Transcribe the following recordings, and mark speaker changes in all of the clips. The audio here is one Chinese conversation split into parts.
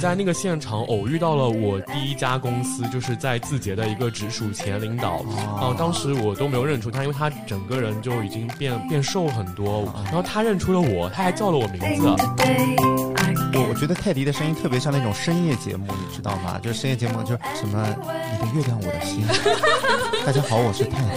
Speaker 1: 在那个现场偶遇到了我第一家公司，就是在字节的一个直属前领导。哦、当时我都没有认出他，因为他整个人就已经变 变瘦很多。然后他认出了我，他还叫了我名字。
Speaker 2: 我我觉得泰迪的声音特别像那种深夜节目，你知道吗？就是深夜节目，就是什么你的月亮我的 心。大家好，我是泰
Speaker 3: 迪。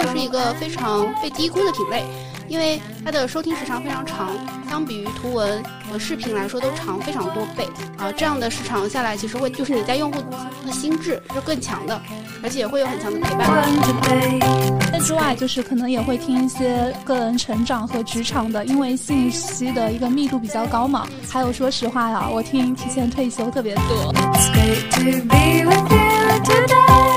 Speaker 3: 会是一个非常被低估的品类。因为它的收听时长非常长，相比于图文和视频来说都长非常多倍啊！这样的时长下来，其实会就是你在用户的心智是更强的，而且会有很强的陪伴。
Speaker 4: 那之外，就是可能也会听一些个人成长和职场的，因为信息的一个密度比较高嘛。还有，说实话呀，我听提前退休特别多。It's great to be with you
Speaker 3: today.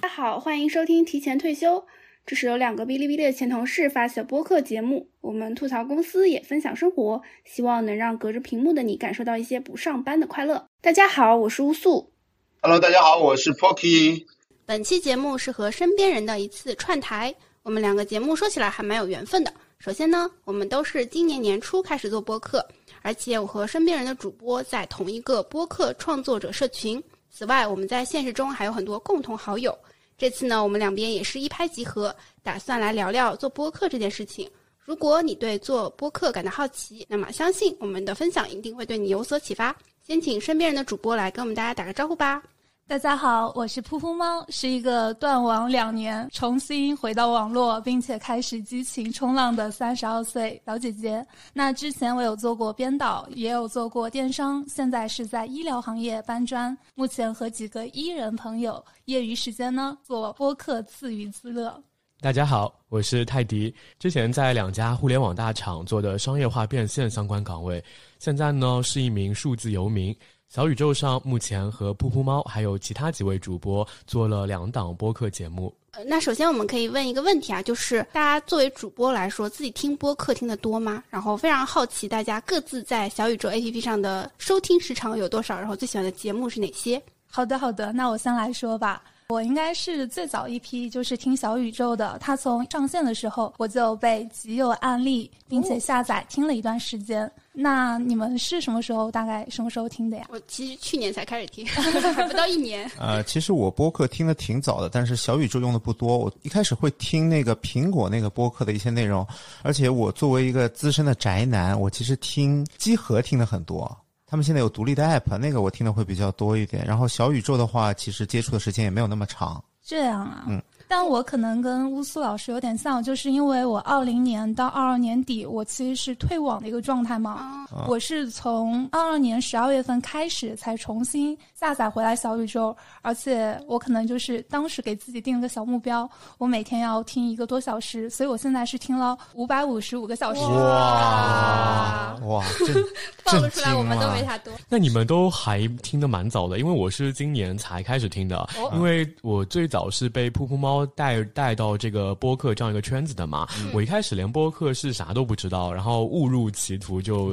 Speaker 3: 大家好，欢迎收听《提前退休》。这是由两个哔哩哔哩的前同事发起的播客节目，我们吐槽公司，也分享生活，希望能让隔着屏幕的你感受到一些不上班的快乐。大家好，我是乌素。
Speaker 5: Hello，大家好，我是 Pocky。
Speaker 3: 本期节目是和身边人的一次串台，我们两个节目说起来还蛮有缘分的。首先呢，我们都是今年年初开始做播客，而且我和身边人的主播在同一个播客创作者社群。此外，我们在现实中还有很多共同好友。这次呢，我们两边也是一拍即合，打算来聊聊做播客这件事情。如果你对做播客感到好奇，那么相信我们的分享一定会对你有所启发。先请身边人的主播来跟我们大家打个招呼吧。
Speaker 4: 大家好，我是噗噗猫，是一个断网两年，重新回到网络，并且开始激情冲浪的三十二岁老姐姐。那之前我有做过编导，也有做过电商，现在是在医疗行业搬砖。目前和几个医人朋友业余时间呢做播客自娱自乐。
Speaker 1: 大家好，我是泰迪，之前在两家互联网大厂做的商业化变现相关岗位，现在呢是一名数字游民。小宇宙上目前和噗噗猫还有其他几位主播做了两档播客节目。
Speaker 3: 呃，那首先我们可以问一个问题啊，就是大家作为主播来说，自己听播客听的多吗？然后非常好奇大家各自在小宇宙 APP 上的收听时长有多少，然后最喜欢的节目是哪些？
Speaker 4: 好的，好的，那我先来说吧。我应该是最早一批就是听小宇宙的，它从上线的时候我就被极有案例，并且下载听了一段时间。哦、那你们是什么时候？大概什么时候听的呀？
Speaker 3: 我其实去年才开始 听，还不到一年。
Speaker 2: 呃，其实我播客听的挺早的，但是小宇宙用的不多。我一开始会听那个苹果那个播客的一些内容，而且我作为一个资深的宅男，我其实听机核听的很多。他们现在有独立的 app，那个我听的会比较多一点。然后小宇宙的话，其实接触的时间也没有那么长。
Speaker 4: 这样啊，
Speaker 2: 嗯。
Speaker 4: 但我可能跟乌苏老师有点像，就是因为我二零年到二二年底，我其实是退网的一个状态嘛。啊、我是从二二年十二月份开始才重新下载回来小宇宙，而且我可能就是当时给自己定了个小目标，我每天要听一个多小时，所以我现在是听了五百五十五个小时。
Speaker 2: 哇哇，
Speaker 3: 报了出来我们
Speaker 2: 啊
Speaker 3: 都没他多。
Speaker 1: 那你们都还听的蛮早的，因为我是今年才开始听的，哦、因为我最早是被噗噗猫。带带到这个播客这样一个圈子的嘛，嗯、我一开始连播客是啥都不知道，然后误入歧途就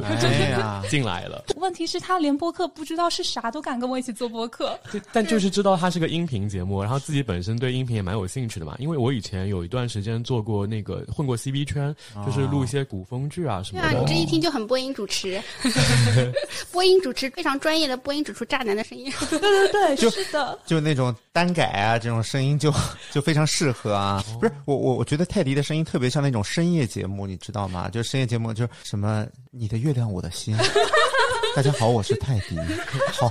Speaker 1: 进来了。
Speaker 4: 哎、问题是，他连播客不知道是啥都敢跟我一起做播客，
Speaker 1: 但就是知道它是个音频节目，然后自己本身对音频也蛮有兴趣的嘛。因为我以前有一段时间做过那个混过 CV 圈，就是录一些古风剧啊什么的。
Speaker 3: 对啊，你这一听就很播音主 持，播音主持非常专业的播音主持渣男的声 音。
Speaker 4: 对对对，是的，
Speaker 2: 就那种单改啊，这种声音就 就非常。非常适合啊！
Speaker 1: 哦
Speaker 2: 不是我我我觉得泰迪的声音特别像那种深夜节目，你知道吗？就是深夜节目，就是什么你的月亮我的 心。大家好，我是泰迪。好，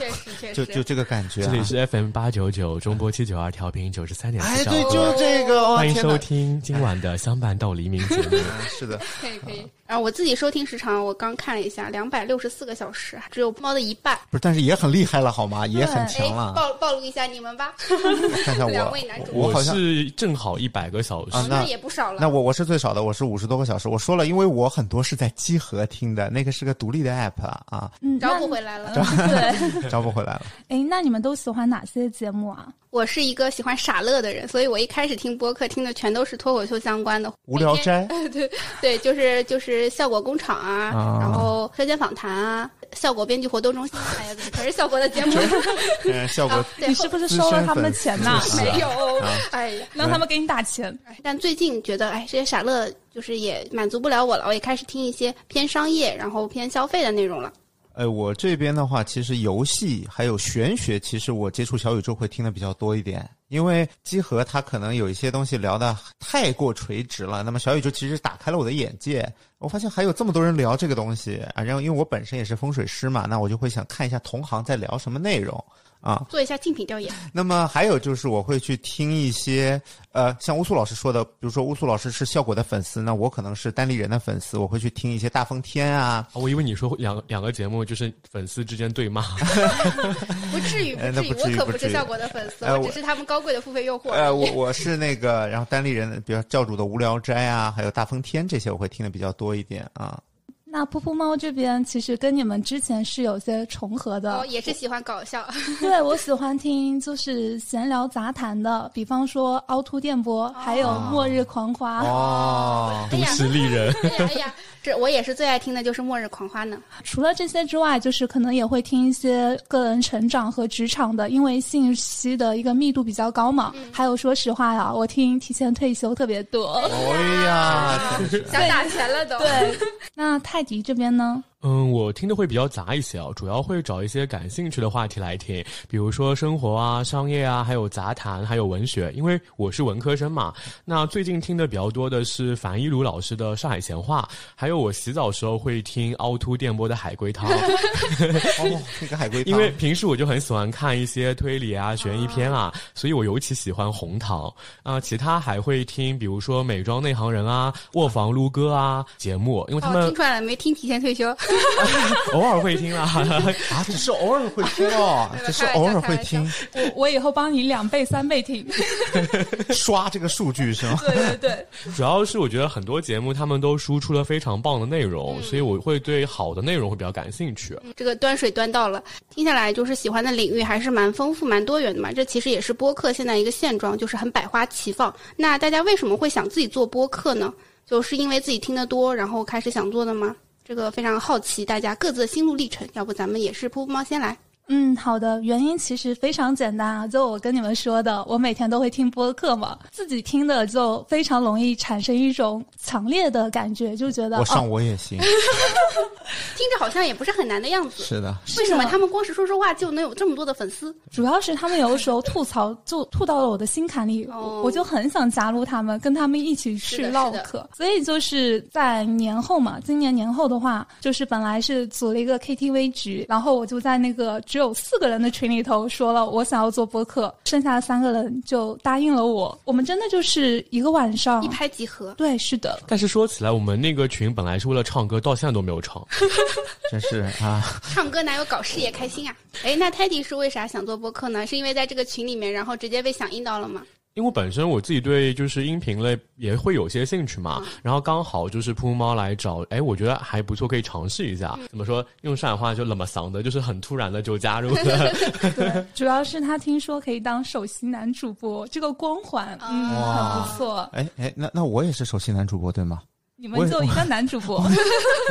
Speaker 2: 就就这个感觉、啊。
Speaker 1: 这里是 FM 八九九中波七九二调频九十三点四。
Speaker 2: 哎，对，就这个。哦、
Speaker 1: 欢迎收听今晚 的《相伴到黎明》节目。
Speaker 2: 是的，
Speaker 3: 可以可以。啊，我自己收听时长，我刚看了一下，两百六十四个小时，只有猫的一半。哎
Speaker 2: 不是，但是也很厉害了，好吗？也很强了。
Speaker 1: 哎
Speaker 3: 暴暴露一下你们吧。
Speaker 1: 哦
Speaker 2: 看看我，
Speaker 3: 两位男主，
Speaker 1: 我好像啊是正好一百个小时，
Speaker 3: 那也不少
Speaker 2: 啊
Speaker 3: 了。
Speaker 2: 那我我是最少的，我是五十多个小时。我说了，因为我很多是在机核听的，那个是个独立的 app 啊。
Speaker 3: 嗯，找不回来了。
Speaker 4: 对，
Speaker 2: 找不回来了。
Speaker 4: 哎，那你们都喜欢哪些节目啊？
Speaker 3: 我是一个喜欢傻乐的人，所以我一开始听播客听的全都是脱口秀相关的，《
Speaker 2: 无聊斋》
Speaker 3: 对对，就是就是效果工厂啊，啊然后车间访谈啊，效果编剧活动中心，哎呀，可是效果的节 目，
Speaker 2: 嗯，效果，
Speaker 4: 你是不是收了他们的钱呐？
Speaker 2: 啊
Speaker 3: 没有，哎呀，
Speaker 4: 让他们给你打钱。
Speaker 3: 但最近觉得，哎，这些傻乐。就是也满足不了我了，我也开始听一些偏商业，然后偏消费的内容了。
Speaker 2: 呃，我这边的话，其实游戏还有玄学，其实我接触小宇宙会听的比较多一点，因为集合它可能有一些东西聊的太过垂直了。那么小宇宙其实打开了我的眼界，我发现还有这么多人聊这个东西啊。然后因为我本身也是风水师嘛，那我就会想看一下同行在聊什么内容啊。
Speaker 3: 做一下竞品调研，
Speaker 2: 那么还有就是我会去听一些，呃，像乌苏老师说的，比如说乌苏老师是效果的粉丝，那我可能是单立人的粉丝，我会去听一些大风天啊，
Speaker 1: 啊我以为你说两两个节目就是粉丝之间对骂，
Speaker 3: 不至于，不
Speaker 2: 哎那
Speaker 3: 至于，
Speaker 2: 不至于
Speaker 3: 我可
Speaker 2: 不至
Speaker 3: 不是
Speaker 2: 于
Speaker 3: 效果的粉丝，
Speaker 2: 哎
Speaker 3: 我
Speaker 2: 我
Speaker 3: 只是他们高贵的付费诱惑。
Speaker 2: 呃，我我是那个，然后单立人的，比如教主的无聊斋啊，还有大风天这些，我会听的比较多一点啊。
Speaker 4: 那噗噗猫这边其实跟你们之前是有些重合的，
Speaker 3: 哦，也是喜欢搞笑，
Speaker 4: 对我喜欢听就是闲聊杂谈的，比方说凹凸电波，还有末日狂花。
Speaker 2: 哦，
Speaker 3: 哎
Speaker 1: 都
Speaker 3: 呀，
Speaker 1: 市丽人。
Speaker 3: 哎呀哎呀，这我也是最爱听的就是《末日狂花》呢。
Speaker 4: 除了这些之外，就是可能也会听一些个人成长和职场的，因为信息的一个密度比较高嘛。还有，说实话呀，我听提前退休特别多。
Speaker 2: 哎呀，真是
Speaker 3: 想打钱了都。对，
Speaker 4: 那泰迪这边呢？
Speaker 1: 嗯，我听的会比较杂一些哦，主要会找一些感兴趣的话题来听，比如说生活啊、商业啊，还有杂谈，还有文学，因为我是文科生嘛。那最近听的比较多的是樊一茹老师的《上海闲话》，还有我洗澡时候会听凹凸电波的《海龟汤》，
Speaker 2: 哦，那个海龟汤，
Speaker 1: 因为平时我就很喜欢看一些推理啊、悬疑片啊，所以我尤其喜欢红糖啊、其他还会听，比如说《美妆内行人》啊、《卧房撸歌》啊节目，因为他
Speaker 3: 哦，
Speaker 1: 们
Speaker 3: 听出来了，没听提前退休。
Speaker 1: 偶尔会听啦。
Speaker 2: 啊，只是偶尔会听哦，只是偶尔会听，
Speaker 4: 我我以后帮你两倍、三倍 听。
Speaker 2: 刷这个数据是 吗？
Speaker 4: 对对对，
Speaker 1: 主要是我觉得很多节目他们都输出了非常棒的内容，所以我会对好的内容会比较感兴趣。
Speaker 3: 这个端水端到了，听下来就是喜欢的领域还是蛮丰富、蛮多元的嘛。这其实也是播客现在一个现状，就是很百花齐放。那大家为什么会想自己做播客呢？就是因为自己听得多，然后开始想做的吗？这个非常好奇大家各自的心路历程。要不咱们也是噗噗猫先来，
Speaker 4: 嗯，好的。原因其实非常简单啊，就我跟你们说的，我每天都会听播客嘛，自己听的就非常容易产生一种强烈的感觉，就觉得
Speaker 2: 我
Speaker 4: 哦
Speaker 2: 上我也行，
Speaker 3: 听着好像也不是很难的样子。
Speaker 2: 是的，
Speaker 3: 为什么
Speaker 4: 的
Speaker 3: 他们光是说啊说话就能有这么多的粉丝？
Speaker 4: 主要是他们有的时候吐槽就吐到了我的心坎里，
Speaker 3: 哦
Speaker 4: 我就很想加入他们，跟他们一起去唠
Speaker 3: 是的是
Speaker 4: 嗑。所以就是在年后嘛，今年年后的话，就是本来是组了一个 KTV 局，然后我就在那个只有四个人的群里头说了我想要做播客，剩下的三个人就答应了我。我们真的就是一个晚上
Speaker 3: 一，拍即合。
Speaker 4: 对，是的，
Speaker 1: 但是说起来，我们那个群本来是为了唱歌，到现在都没有唱。
Speaker 2: 真是啊，
Speaker 3: 唱歌哪有搞事业开心啊？哎，那泰迪是为啥想做播客呢？是因为在这个群里面，然后直接被响应到了吗？
Speaker 1: 因为本身我自己对就是音频类也会有些兴趣嘛，然后刚好就是噗猫来找，哎，我觉得还不错，可以尝试一下。怎么说？用上海话就冷么嗓的，就是很突然的就加入了。
Speaker 4: 对， 主要是他听说可以当首席男主播，这个光环，嗯，
Speaker 3: 啊
Speaker 4: 很不错。
Speaker 2: 哎哎，那那我也是首席男主播对吗？
Speaker 4: 你
Speaker 2: 我
Speaker 4: 们
Speaker 2: 也
Speaker 4: 就一个男主播。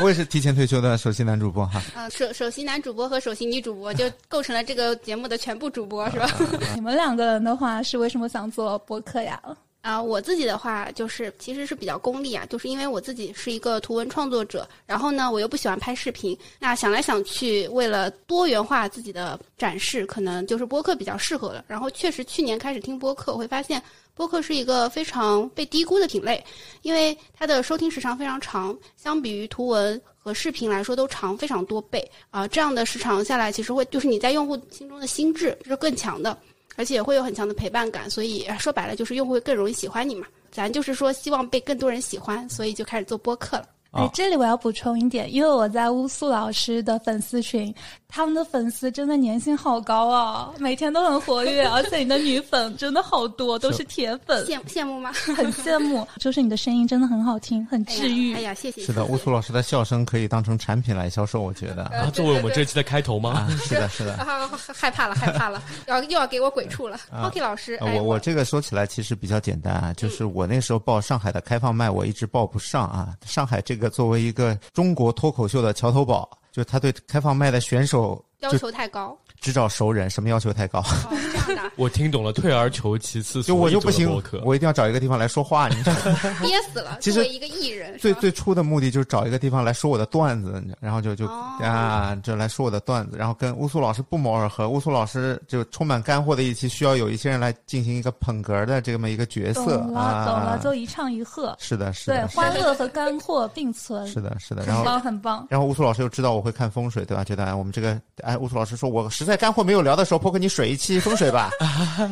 Speaker 2: 我也是提前退休的首席男主播哈。
Speaker 3: 呃，首首席男主播和首席女主播就构成了这个节目的全部主播，是吧？
Speaker 4: 你们两个人的话是为什么想做播客呀？
Speaker 3: 啊、我自己的话就是其实是比较功利啊，就是因为我自己是一个图文创作者，然后呢，我又不喜欢拍视频，那想来想去，为了多元化自己的展示，可能就是播客比较适合了。然后确实去年开始听播客，我会发现播客是一个非常被低估的品类，因为它的收听时长非常长，相比于图文。和视频来说都长非常多倍啊、这样的时长下来，其实会就是你在用户心中的心智这是更强的，而且会有很强的陪伴感，所以呃说白了就是用户会更容易喜欢你嘛。咱就是说希望被更多人喜欢，所以就开始做播客了。
Speaker 2: 啊
Speaker 4: 哎，这里我要补充一点，因为我在乌苏老师的粉丝群，他们的粉丝真的粘性好高啊，每天都很活跃，啊而且你的女粉真的好多，都是铁 粉，
Speaker 3: 羡羡慕吗？
Speaker 4: 很羡慕。就是你的声音真的很好听，很
Speaker 3: 哎呀
Speaker 4: 治愈。
Speaker 3: 哎呀，谢谢。
Speaker 2: 是的，乌苏老师的笑声可以当成产品来销售，我觉得。
Speaker 1: 啊，作为我们这期的开头吗？
Speaker 2: 是的，是的。
Speaker 3: 啊，害怕了，害 怕了，要又要给我鬼畜了。Pocky 老师，
Speaker 2: 呃
Speaker 3: 哎
Speaker 2: 我我这个说起来其实比较简单啊，就是
Speaker 4: 嗯
Speaker 2: 我那时候报上海的开放麦，我一直报不上啊。上海这个作为一个中国脱口秀的桥头堡，就他对开放麦的选手
Speaker 3: 要
Speaker 2: 就
Speaker 3: 求太高，
Speaker 2: 只找熟人，什么要求太 高？
Speaker 3: 哦，这样
Speaker 1: 我听懂了，退而求其次，
Speaker 2: 就我就
Speaker 1: 所
Speaker 2: 不
Speaker 1: 以
Speaker 2: 行
Speaker 1: 做了播客，
Speaker 2: 我一定要找一个地方来说话。你知道 吗
Speaker 3: 的，憋死 了。
Speaker 2: 其实
Speaker 3: 作为一个艺人，
Speaker 2: 最
Speaker 3: 是吧
Speaker 2: 最初的目的就是找一个地方来说我的段子，你知道然后就就、
Speaker 3: 哦
Speaker 2: 啊，就来说我的段子，然后跟乌苏老师不谋而合。乌苏老师就充满干货的一期，需要有一些人来进行一个捧哏的这么一个角
Speaker 4: 懂
Speaker 2: 色
Speaker 4: 了，
Speaker 2: 啊。
Speaker 4: 懂了，就一唱一和，
Speaker 2: 是的，是
Speaker 4: 对，
Speaker 2: 的，是
Speaker 4: 欢
Speaker 2: 的
Speaker 4: 乐和干货并存，
Speaker 2: 是的，是的。
Speaker 4: 很
Speaker 2: 然后
Speaker 4: 棒，很棒。
Speaker 2: 然后乌苏老师又知道我会看风水，对吧？觉得哎，我们这个哎，乌苏老师说我实在干货没有聊的时候，破克你水一期风水吧。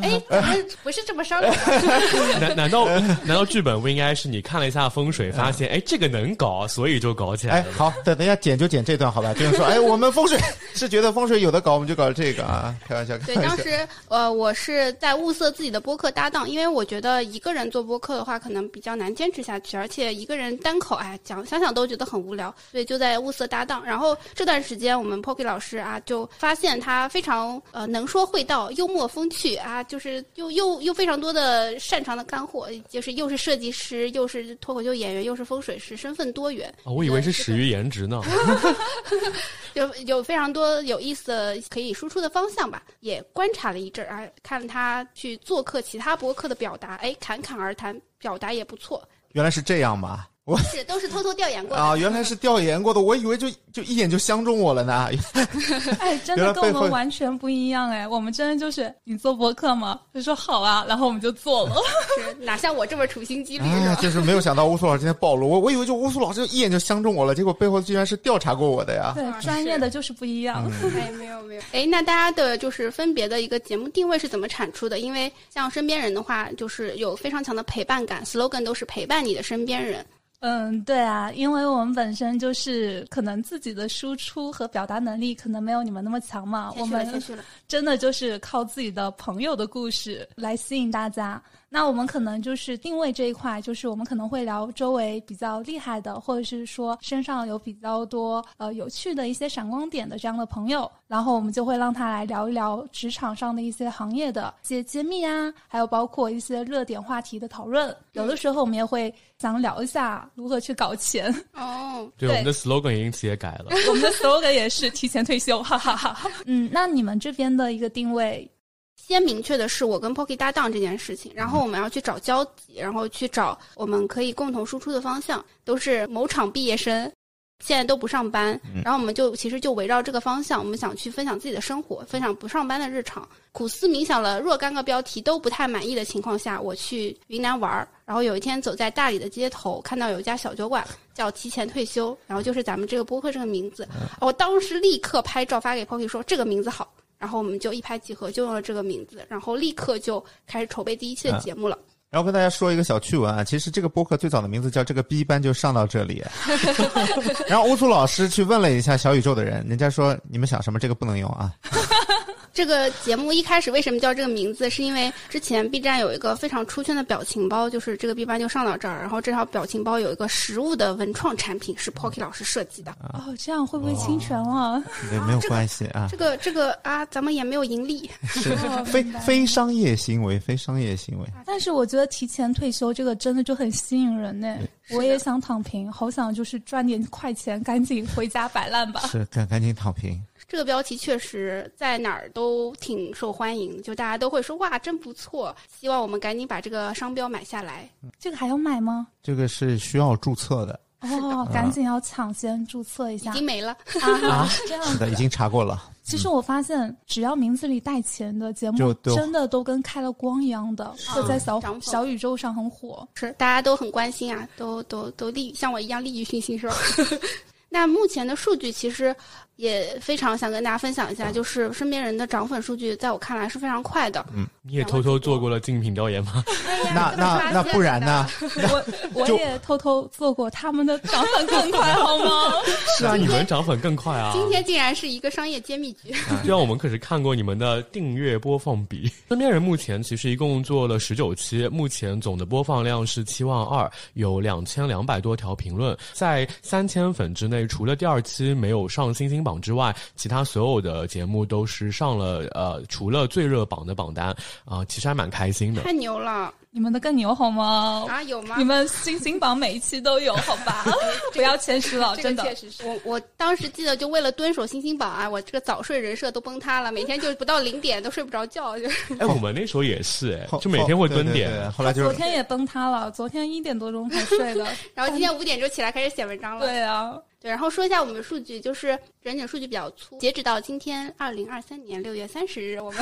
Speaker 3: 哎，怎么不是这么商量的？
Speaker 1: 难难道难道剧本不应该是你看了一下风水，发现哎这个能搞，所以就搞起来
Speaker 2: 哎
Speaker 1: 了，？
Speaker 2: 好，等等一下剪就剪这段好吧？就是说，哎，我们风水是觉得风水有的搞，我们就搞这个啊，开玩笑，开
Speaker 3: 对，
Speaker 2: 玩
Speaker 3: 当
Speaker 2: 笑。
Speaker 3: 时呃，我是在物色自己的播客搭档，因为我觉得一个人做播客的话，可能比较难坚持下去，而且一个人单口，哎，讲想想都觉得很无聊，所以就在物色搭档。然后这段时间，我们 Poki 老师啊，就发现他非常呃能说会道、幽默风趣啊，就是又又又非常多的擅长的干货，就是又是设计师，又是脱口秀演员，又是风水师，身份多元。
Speaker 1: 啊我以为是始于颜值呢。
Speaker 3: 有有非常多有意思的可以输出的方向吧，也观察了一阵儿啊，看他去做客其他博客的表达，哎，侃侃而谈，表达也不错，
Speaker 2: 原来是这样嘛。我
Speaker 3: 是都是偷偷调研过的。
Speaker 2: 啊，原来是调研过的，我以为就就一眼就相中我了呢。
Speaker 4: 哎，真
Speaker 2: 原
Speaker 4: 的
Speaker 2: 来
Speaker 4: 跟
Speaker 2: 背
Speaker 4: 我
Speaker 2: 后
Speaker 4: 们完全不一样哎，我们真的就是你做博客吗？就说好啊，然后我们就做了。
Speaker 3: 是哪像我这么处心积虑是
Speaker 2: 啊，
Speaker 3: 吧？
Speaker 2: 就是没有想到乌苏老师今天暴露，我我以为就乌苏老师就一眼就相中我了，结果背后居然是调查过我的呀。
Speaker 4: 对，
Speaker 3: 是
Speaker 4: 专业的就是不一样。
Speaker 3: 哎，没有没有。哎，那大家的就是分别的一个节目定位是怎么产出的？因为像身边人的话，就是有非常强的陪伴感，slogan 都是陪伴你的身边人。
Speaker 4: 嗯，对啊，因为我们本身就是可能自己的输出和表达能力可能没有你们那么强嘛，我
Speaker 3: 谦虚了，谦
Speaker 4: 们
Speaker 3: 虚了。
Speaker 4: 真的就是靠自己的朋友的故事来吸引大家。那我们可能就是定位这一块，就是我们可能会聊周围比较厉害的，或者是说身上有比较多呃有趣的一些闪光点的这样的朋友，然后我们就会让他来聊一聊职场上的一些行业的一些揭秘啊，还有包括一些热点话题的讨论。有的时候我们也会想聊一下如何去搞钱，
Speaker 3: 哦，
Speaker 1: 对，
Speaker 4: 对
Speaker 1: 我们的 slogan 因此也改了。
Speaker 4: 我们的 slogan 也是提前退休，哈哈哈哈。嗯，那你们这边的一个定位
Speaker 3: 先明确的是我跟 Pocky 搭档这件事情，然后我们要去找交集，然后去找我们可以共同输出的方向，都是某厂毕业生。现在都不上班，然后我们就其实就围绕这个方向，我们想去分享自己的生活，分享不上班的日常。苦思冥想了若干个标题都不太满意的情况下，我去云南玩儿，然后有一天走在大理的街头，看到有一家小酒馆叫“提前退休”，然后就是咱们这个播客这个名字。我当时立刻拍照发给 Pocky 说这个名字好，然后我们就一拍即合，就用了这个名字，然后立刻就开始筹备第一期的节目了。
Speaker 2: 然后跟大家说一个小趣闻啊，其实这个播客最早的名字叫“这个 B 班就上到这里”，然后乌苏老师去问了一下小宇宙的人，人家说你们想什么这个不能用啊。
Speaker 3: 这个节目一开始为什么叫这个名字，是因为之前 B 站有一个非常出圈的表情包，就是这个 B 班就上到这儿，然后这条表情包有一个实物的文创产品是 Pocky 老师设计的。
Speaker 2: 啊
Speaker 4: 哦，这样会不会侵权了？
Speaker 2: 对，没有关系啊，
Speaker 3: 这个这个啊，咱们也没有盈利，
Speaker 2: 是
Speaker 4: 哦
Speaker 2: 非
Speaker 4: 明白
Speaker 2: 非商业行为，非商业行为。
Speaker 4: 但是我觉得提前退休这个真的就很吸引人呢。我也想躺平，好想就是赚点快钱，赶紧回家摆烂 吧。
Speaker 2: 是，赶赶紧躺平。
Speaker 3: 这个标题确实在哪儿都挺受欢迎，就大家都会说哇，真不错。希望我们赶紧把这个商标买下来。
Speaker 4: 这个还要买吗？
Speaker 2: 这个是需要注册的，
Speaker 4: 哦，赶紧要抢先注册一
Speaker 3: 已
Speaker 4: 下
Speaker 3: 经没了，
Speaker 4: 啊！这样
Speaker 2: 是的，已经查过了。
Speaker 4: 其实我发现，只要名字里带钱的节
Speaker 2: 就
Speaker 4: 目，
Speaker 2: 都
Speaker 4: 真的都跟开了光一样的，会在小
Speaker 3: 涨粉
Speaker 4: 小宇宙上很火。
Speaker 3: 是大家都很关心啊，都都都利像我一样利欲熏心是吧？ 那目前的数据其实也非常想跟大家分享一下，就是身边人的涨粉数据，在我看来是非常快的。
Speaker 1: 你也偷偷做过了竞品调研吗？
Speaker 3: 哎呀
Speaker 2: 嗯那那那不然？呢？
Speaker 4: 我我也偷偷做过他们的涨粉更快，好吗？
Speaker 1: 是啊，你们涨粉更快啊！
Speaker 3: 今天竟然是一个商业揭秘局，
Speaker 1: 对啊，我们可是看过你们的订阅播放比。身边人目前其实一共做了十九期，目前总的播放量是七万二，有两千两百多条评论，在三千粉之内。除了第二期没有上星星榜之外，其他所有的节目都是上了呃，除了最热榜的榜单。啊、其实还蛮开心的。
Speaker 3: 太牛了
Speaker 4: 你们的更牛好吗？
Speaker 3: 啊！有吗？
Speaker 4: 你们新星榜每一期都有，好 吧？ 不要谦虚了，真的。
Speaker 3: 实是我，我当时记得，就为了蹲守星星榜啊，我这个早睡人设都崩塌了，每天就不到零点都睡不着觉，就是
Speaker 1: 哎，我们那时候也是，哎
Speaker 2: 后
Speaker 1: 就每天会蹲
Speaker 2: 对对对
Speaker 1: 点。
Speaker 2: 后来就
Speaker 4: 昨
Speaker 2: 是
Speaker 4: 天也崩塌了，昨天一点多钟才睡 的。
Speaker 3: 然后今天五点钟起来开始写文章了。
Speaker 4: 对啊，
Speaker 3: 对，然后说一下我们的数据，就是整体数据比较粗。截止到今天二零二三年六月三十日，我 们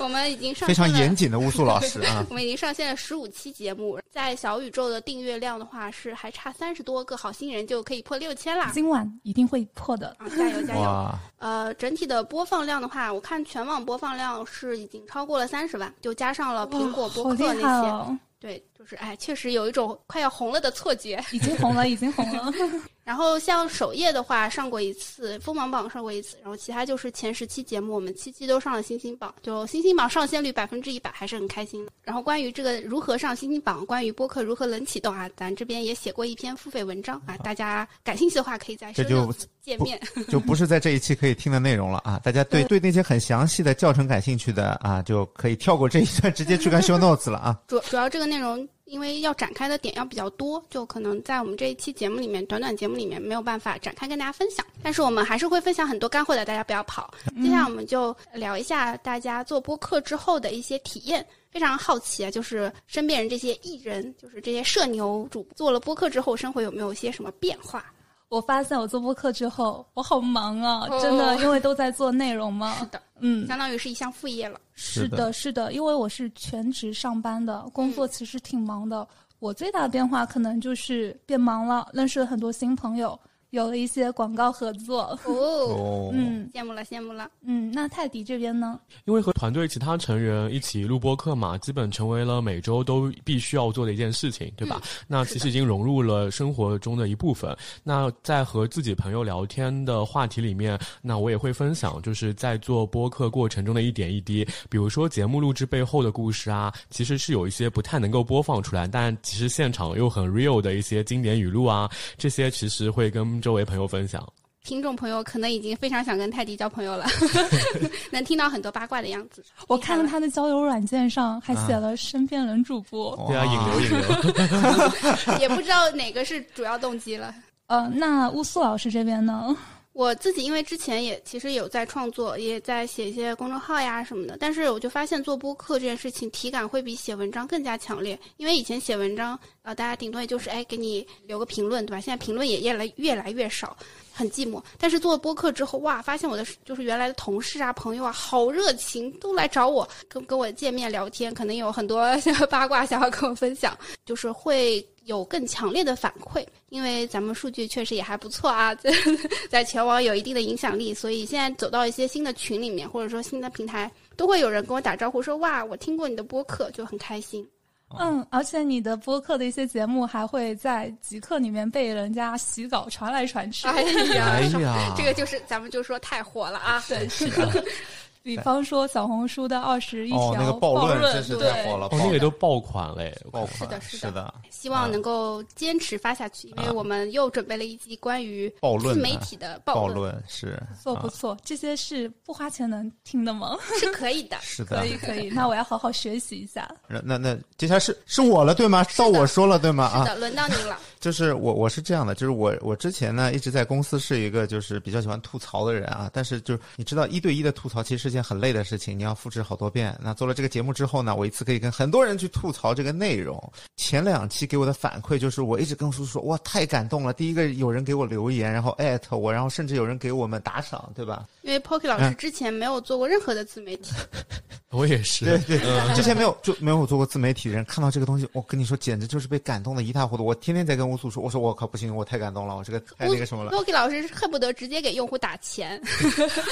Speaker 3: 我们已经上
Speaker 2: 非常
Speaker 3: 线了
Speaker 2: 严谨的乌苏老师啊
Speaker 3: ，我们已经上线了十五期节目，在小宇宙的订阅量的话是还差三十多个好心人就可以破六千啦！
Speaker 4: 今晚一定会破的。
Speaker 3: 啊，加油加油！
Speaker 2: 哇，
Speaker 3: 呃，整体的播放量的话，我看全网播放量是已经超过了三十万，就加上了哦苹果播
Speaker 4: 好厉
Speaker 3: 客那
Speaker 4: 害
Speaker 3: 些，
Speaker 4: 哦！
Speaker 3: 对，就是哎，确实有一种快要红了的错觉。
Speaker 4: 已经红了，已经红了。
Speaker 3: 然后像首页的话，上过一次锋芒榜上过一次，然后其他就是前十期节目，我们七期都上了星星榜，就星星榜上线率百分之一百，还是很开心的。然后关于这个如何上星星榜，关于播客如何冷启动啊，咱这边也写过一篇付费文章啊，大家感兴趣的话可以在
Speaker 2: 这
Speaker 3: show
Speaker 2: 就
Speaker 3: notes 界面。
Speaker 2: 就不是在这一期可以听的内容了啊！ 大家对对那些很详细的教程感兴趣的啊，就可以跳过这一段，直接去看 show notes 了啊。
Speaker 3: 主主要这个内容，因为要展开的点要比较多，就可能在我们这一期节目里面，短短节目里面没有办法展开跟大家分享。但是我们还是会分享很多干货的，大家不要跑。接下来我们就聊一下大家做播客之后的一些体验。非常好奇啊，就是身边人这些艺人，就是这些社牛主播做了播客之后，生活有没有一些什么变化？
Speaker 4: 我发现我做播客之后，我好忙啊，
Speaker 3: 哦
Speaker 4: 真的，因为都在做内容嘛。
Speaker 3: 是的，
Speaker 4: 嗯，
Speaker 3: 相当于是一项副业了。
Speaker 4: 是
Speaker 2: 是的
Speaker 4: 的，是的，因为我是全职上班的，工
Speaker 3: 嗯
Speaker 4: 作其实挺忙的。我最大的变化可能就是变忙了，认识了很多新朋友，有了一些广告合作。
Speaker 3: 哦，
Speaker 2: 哦，
Speaker 4: 嗯
Speaker 3: 羡慕了，羡慕了。
Speaker 4: 嗯，那泰迪这边呢？
Speaker 1: 因为和团队其他成员一起录播课嘛，基本成为了每周都必须要做的一件事情，对吧？那其实已经融入了生活中的一部分。那在和自己朋友聊天的话题里面，那我也会分享，就是在做播客过程中的一点一滴，比如说节目录制背后的故事啊，其实是有一些不太能够播放出来，但其实现场又很 real 的一些经典语录啊，这些其实会跟周围朋友分享。
Speaker 3: 听众朋友可能已经非常想跟泰迪交朋友了，能听到很多八卦的样子。
Speaker 4: 我看了他的交友软件上还
Speaker 2: 啊
Speaker 4: 写了身边人主播。
Speaker 2: 哇
Speaker 1: 对啊，引流引 流。
Speaker 3: 也不知道哪个是主要动机了。
Speaker 4: 呃，那乌苏老师这边呢？
Speaker 3: 我自己因为之前也其实有在创作，也在写一些公众号呀什么的，但是我就发现做播客这件事情体感会比写文章更加强烈。因为以前写文章，呃，大家顶多也就是哎给你留个评论，对吧？现在评论也越来越来越少，很寂寞。但是做了播客之后，哇，发现我的就是原来的同事啊、朋友啊，好热情，都来找我跟跟我见面聊天，可能有很多 八卦想要跟我分享，就是会。有更强烈的反馈，因为咱们数据确实也还不错啊，这在全网有一定的影响力，所以现在走到一些新的群里面，或者说新的平台，都会有人跟我打招呼说：“哇，我听过你的播客，就很开心。
Speaker 2: 哦
Speaker 4: 嗯，而且你的播客的一些节目还会在极客里面被人家洗稿传来传”去。
Speaker 3: 哎呀，
Speaker 2: 哎呀，
Speaker 3: 这个就是咱们就说太火了啊！
Speaker 4: 对，是的。比方说小红书的二十一条
Speaker 2: 哦，那个
Speaker 4: 暴
Speaker 2: 论真是太火了，
Speaker 1: 哦，
Speaker 2: 爆
Speaker 1: 那个都爆款嘞！
Speaker 2: 爆款
Speaker 3: 是的是的
Speaker 2: 是的，
Speaker 3: 希望能够坚持发下去，因为我们又准备了一集关于
Speaker 2: 啊暴论
Speaker 3: 自
Speaker 2: 啊
Speaker 3: 媒体的
Speaker 2: 暴
Speaker 3: 暴论，
Speaker 2: 论是。
Speaker 4: 不错不错，这些是不花钱能听的吗？
Speaker 3: 是可以的
Speaker 2: 是的
Speaker 4: 可。以可以，那我要好好学习一下。
Speaker 2: 那那那接下来是是我了对吗？到我说了对吗？
Speaker 3: 是
Speaker 2: 啊，
Speaker 3: 的，轮到您 了。
Speaker 2: 就是我我是这样的，就是我我之前呢一直在公司是一个就是比较喜欢吐槽的人啊，但是就是你知道一对一的吐槽其实是件很累的事情，你要复制好多遍。那做了这个节目之后呢，我一次可以跟很多人去吐槽这个内容。前两期给我的反馈就是我一直跟叔叔说哇太感动了，第一个有人给我留言，然后艾特我，然后甚至有人给我们打赏，对吧？
Speaker 3: 因为 Pocky 老师之前没有做过任何的自媒体，
Speaker 1: 我也是。
Speaker 2: 对对，之前没有就没有做过自媒体人，看到这个东西，我跟你说，简直就是被感动的一塌糊涂。我天天在跟乌苏说，我说我靠，不行，我太感动了，我这个太那个什么了。啊
Speaker 3: Pocky 老师恨不得直接给用户打钱，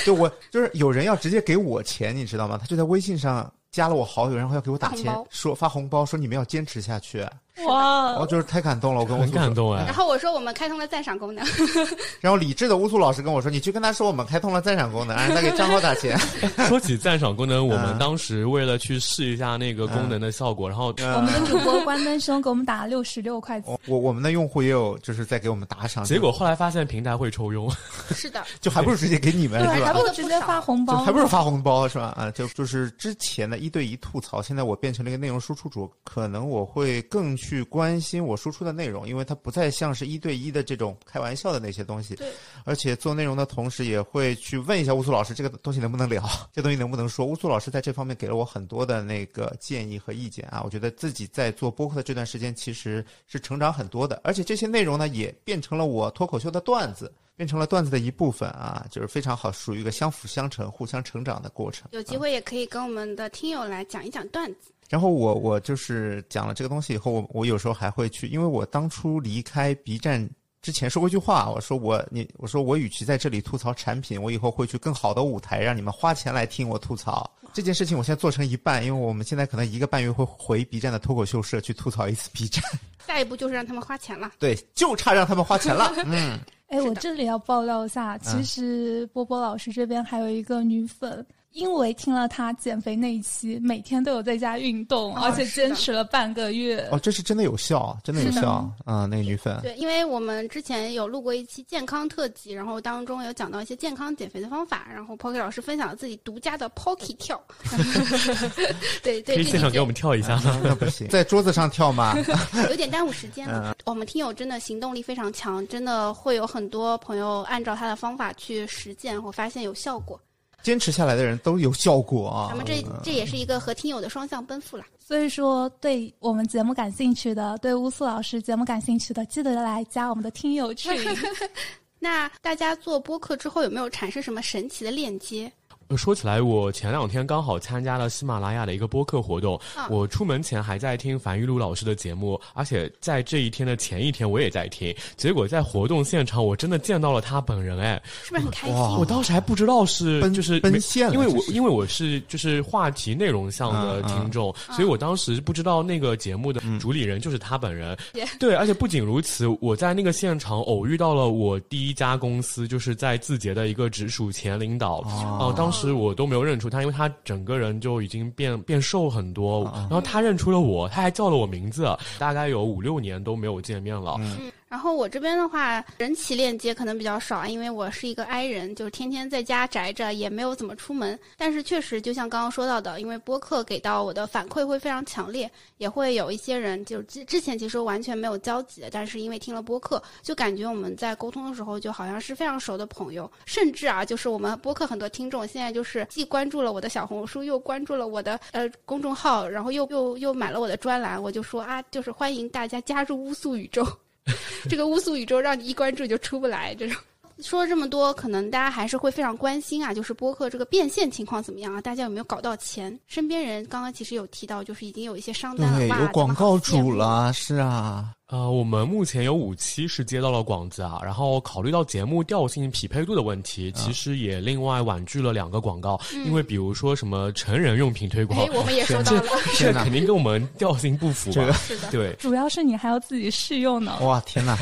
Speaker 2: 对我就是有人要直接给我钱，你知道吗？他就在微信上加了我好友，然后要给我打
Speaker 3: 发
Speaker 2: 钱
Speaker 3: 红包，
Speaker 2: 说发红包，说你们要坚持下去。
Speaker 4: 哇
Speaker 2: 哦，，就是太感动了，我跟乌
Speaker 1: 很
Speaker 2: 苏
Speaker 1: 感
Speaker 2: 说。
Speaker 1: 动哎
Speaker 3: 然。后我说我们开通了赞赏功
Speaker 2: 啊
Speaker 3: 能，
Speaker 2: 然后理智的乌苏老师跟我说：“你去跟他说，我们开通了赞赏功能，让哎他给账号打钱。
Speaker 3: 哎
Speaker 1: 说起赞赏功能，我们
Speaker 2: 嗯
Speaker 1: 当时为了去试一下那个功
Speaker 3: 嗯
Speaker 1: 能的效果，然后哦
Speaker 4: 我们的主播关灯兄给我们打了六十六块钱
Speaker 2: 我”，我我们的用户也有就是在给我们打赏，
Speaker 1: 结果后来发现平台会抽佣，
Speaker 3: 是的，
Speaker 2: 就还不如直接给你们
Speaker 4: 对，
Speaker 2: 是
Speaker 4: 还
Speaker 2: 吧
Speaker 4: 不？如直接发红
Speaker 2: 就
Speaker 4: 包，
Speaker 2: 还不如发红包是吧？啊，就就是之前的一对一吐槽，现在我变成了一个内容输出主，可能我会更去关心我输出的内容，因为它不再像是一对一的这种开玩笑的那些东西。
Speaker 3: 对。
Speaker 2: 而且做内容的同时，也会去问一下乌苏老师这个东西能不能聊，这东西能不能说。乌苏老师在这方面给了我很多的那个建议和意见啊，我觉得自己在做播客的这段时间其实是成长很多的，而且这些内容呢也变成了我脱口秀的段子。变成了段子的一部分啊，就是非常好，属于一个相辅相成、互相成长的过程。啊
Speaker 3: 有机会也可以跟我们的听友来讲一讲段子。
Speaker 2: 然后我我就是讲了这个东西以后，我我有时候还会去，因为我当初离开 B 站之前说过一句话，我说我你我说我与其在这里吐槽产品，我以后会去更好的舞台，让你们花钱来听我吐槽这件事情。我现在做成一半，因为我们现在可能一个半月会回 B 站的脱口秀社去吐槽一次 B 站，
Speaker 3: 下一步就是让他们花钱了。
Speaker 2: 对，就差让他们花钱了。嗯，
Speaker 4: 哎，我这里要爆料一下，其实波波老师这边还有一个女粉，因为听了他减肥那一期，每天都有在家运动，
Speaker 3: 啊
Speaker 4: 而且
Speaker 3: 是的
Speaker 4: 坚持了半个月。
Speaker 2: 哦，这是真的有效，真的有
Speaker 4: 是的
Speaker 2: 效啊、那个女
Speaker 1: 哎
Speaker 2: 粉。
Speaker 3: 对，因为我们之前有录过一期健康特辑，然后当中有讲到一些健康减肥的方法，然后 Pocky 老师分享了自己独家的 Pocky 跳。 对
Speaker 1: 可
Speaker 3: 对，嗯
Speaker 1: 以
Speaker 3: 这
Speaker 1: 现场
Speaker 3: 期
Speaker 1: 给我们跳一下吗？
Speaker 2: 那不行，在桌子上跳吗？
Speaker 3: 有点耽误时间
Speaker 1: 嗯
Speaker 3: 了。我们听友真的行动力非常强，真的会有很多朋友按照他的方法去实践，会发现有效果。
Speaker 2: 坚持下来的人都有效果啊。
Speaker 3: 咱们这
Speaker 1: 嗯
Speaker 3: 这也是一个和听友的双向奔赴啦。
Speaker 4: 所以说，对我们节目感兴趣的，对乌苏老师节目感兴趣的，记得来加我们的听友群。
Speaker 3: 那大家做播客之后有没有产生什么神奇的链接？
Speaker 1: 说起来，我前两天刚好参加了喜马拉雅的一个播客活动，
Speaker 3: 嗯
Speaker 1: 我出门前还在听樊玉茹老师的节目，而且在这一天的前一天我也在听，结果在活动现场我真的见到了他本人哎，
Speaker 3: 是不是很开心？
Speaker 2: 哇
Speaker 1: 我当时还不知道是
Speaker 2: 哦奔
Speaker 1: 就是
Speaker 2: 奔
Speaker 1: 没
Speaker 2: 现了
Speaker 1: 因为
Speaker 2: 这
Speaker 1: 我
Speaker 2: 是
Speaker 1: 因为我是就是话题内容向的
Speaker 2: 嗯嗯嗯
Speaker 1: 听众，所以我当时不知道那个节目的主理人就是他本人。
Speaker 3: 耶
Speaker 1: 对，而且不仅如此，我在那个现场偶遇到了我第一家公司，就是在字节的一个直属前领导。哦、当时我都没有认出他，因为他整个人就已经变变瘦很
Speaker 2: 哦
Speaker 1: 多，然后他认出了我，他还叫了我名字，大概有五六年都没有见面了。
Speaker 3: 然后我这边的话，人奇链接可能比较少啊，因为我是一个 I 人，就是天天在家宅着，也没有怎么出门。但是确实，就像刚刚说到的，因为播客给到我的反馈会非常强烈，也会有一些人就是之之前其实完全没有交集的，但是因为听了播客，就感觉我们在沟通的时候就好像是非常熟的朋友，甚至啊，就是我们播客很多听众现在就是既关注了我的小红书，又关注了我的呃公众号，然后又又又买了我的专栏，我就说啊，就是欢迎大家加入乌苏宇宙。这个乌苏宇宙让你一关注就出不来这种。说了这么多，可能大家还是会非常关心啊，就是播客这个变现情况怎么样啊？大家有没有搞到钱？身边人刚刚其实有提到，就是已经有一些商单了，
Speaker 2: 对，
Speaker 3: 哇
Speaker 2: 有广告主。
Speaker 3: 咱们好羡慕
Speaker 2: 了，是啊，
Speaker 1: 呃，我们目前有五期是接到了广子啊，然后考虑到节目调性匹配度的问题，
Speaker 2: 嗯
Speaker 1: 其实也另外婉拒了两个广告，因为比如说什么成人用品推广，
Speaker 3: 嗯哎，我们也收到
Speaker 1: 这
Speaker 3: 了，
Speaker 1: 这
Speaker 2: 天哪
Speaker 1: 肯定跟我们调性不符
Speaker 2: 这个
Speaker 1: 吧？
Speaker 3: 是的。
Speaker 1: 对，
Speaker 4: 主要是你还要自己试用呢。
Speaker 2: 哇，天哪！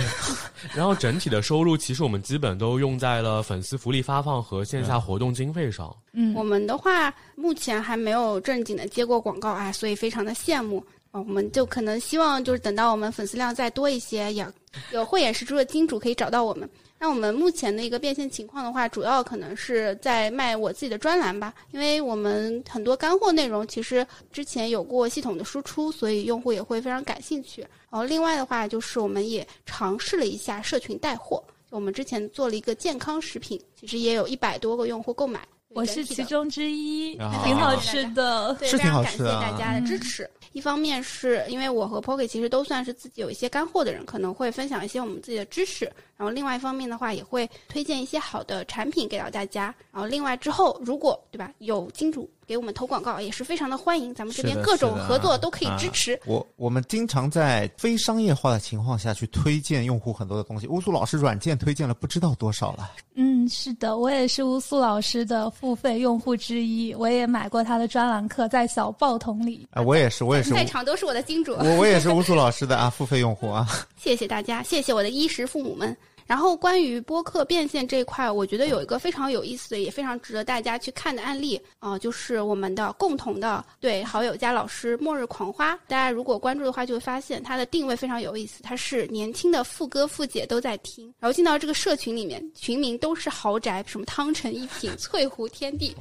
Speaker 1: 然后整体的收入其实我们基本都用在了粉丝福利发放和线下活动经费上。
Speaker 4: 嗯
Speaker 3: 我，们的话目前还没有正经的接过广告啊，所以非常的羡慕。啊，我们就可能希望就是等到我们粉丝量再多一些，也有慧眼识珠的金主可以找到我们。那我们目前的一个变现情况的话，主要可能是在卖我自己的专栏吧，因为我们很多干货内容其实之前有过系统的输出，所以用户也会非常感兴趣。然后另外的话，就是我们也尝试了一下社群带货，我们之前做了一个健康食品，其实也有一百多个用户购买。
Speaker 4: 我是其中之一，
Speaker 2: 啊
Speaker 4: 挺好吃的。
Speaker 3: 对，
Speaker 2: 是
Speaker 3: 非
Speaker 2: 挺
Speaker 3: 常
Speaker 2: 好
Speaker 3: 感
Speaker 2: 吃
Speaker 3: 谢
Speaker 2: 的啊
Speaker 3: 大家的支
Speaker 4: 嗯
Speaker 3: 持。一方面是因为我和 Pocky 其实都算是自己有一些干货的人，可能会分享一些我们自己的知识。然后另外一方面的话，也会推荐一些好的产品给到大家。然后另外之后，如果对吧有金主给我们投广告，也是非常的欢迎。咱们这
Speaker 2: 是
Speaker 3: 边
Speaker 2: 的
Speaker 3: 各种
Speaker 2: 是的
Speaker 3: 合作都可以
Speaker 2: 啊
Speaker 3: 支持。
Speaker 2: 我我们经常在非商业化的情况下去推荐用户很多的东西。乌苏老师软件推荐了不知道多少了，
Speaker 4: 嗯，是的，我也是乌苏老师的付费用户之一，我也买过他的专栏课，在小报童里。
Speaker 2: 哎、我也是，我也是，
Speaker 3: 在场都是我的金主，
Speaker 2: 我我也是乌苏老师的啊， 付费用户啊，
Speaker 3: 谢谢大家，谢谢我的衣食父母们。然后关于播客变现这一块，我觉得有一个非常有意思的，也非常值得大家去看的案例啊、呃就是我们的共同的对好友加老师《末日狂花》，大家如果关注的话，就会发现它的定位非常有意思，它是年轻的富哥富姐都在听，然后进到这个社群里面，群名都是豪宅，什么汤臣一品、翠湖天地，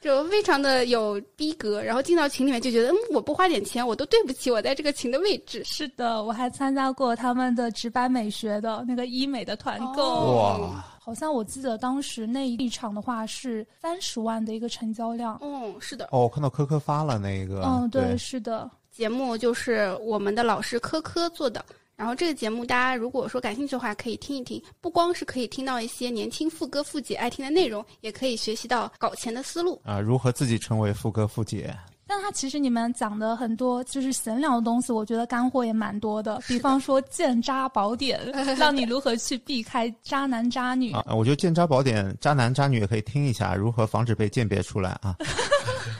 Speaker 3: 就非常的有逼格。然后进到群里面就觉得，嗯，我不花点钱，我都对不起我在这个群的位置。
Speaker 4: 是的，我还参加过他们的直白美学的那个医美的团购。
Speaker 3: 哦
Speaker 2: 哇
Speaker 4: 好像我记得当时那一场的话是三十万的一个成交量。
Speaker 3: 嗯，是的，
Speaker 2: 哦，我看到科科发了那个，
Speaker 3: 哦
Speaker 4: 嗯，
Speaker 2: 对，
Speaker 4: 是的，
Speaker 3: 节目就是我们的老师科科做的。然后这个节目，大家如果说感兴趣的话，可以听一听。不光是可以听到一些年轻富哥富姐爱听的内容，也可以学习到搞钱的思路。
Speaker 2: 啊、如何自己成为富哥富姐？
Speaker 4: 但它其实你们讲的很多就是闲聊的东西，我觉得干货也蛮多 的。比方说《鉴渣宝典》，让你如何去避开渣男渣女。
Speaker 2: 啊，我觉得《鉴渣宝典》渣男渣女也可以听一下，如何防止被鉴别出来 啊？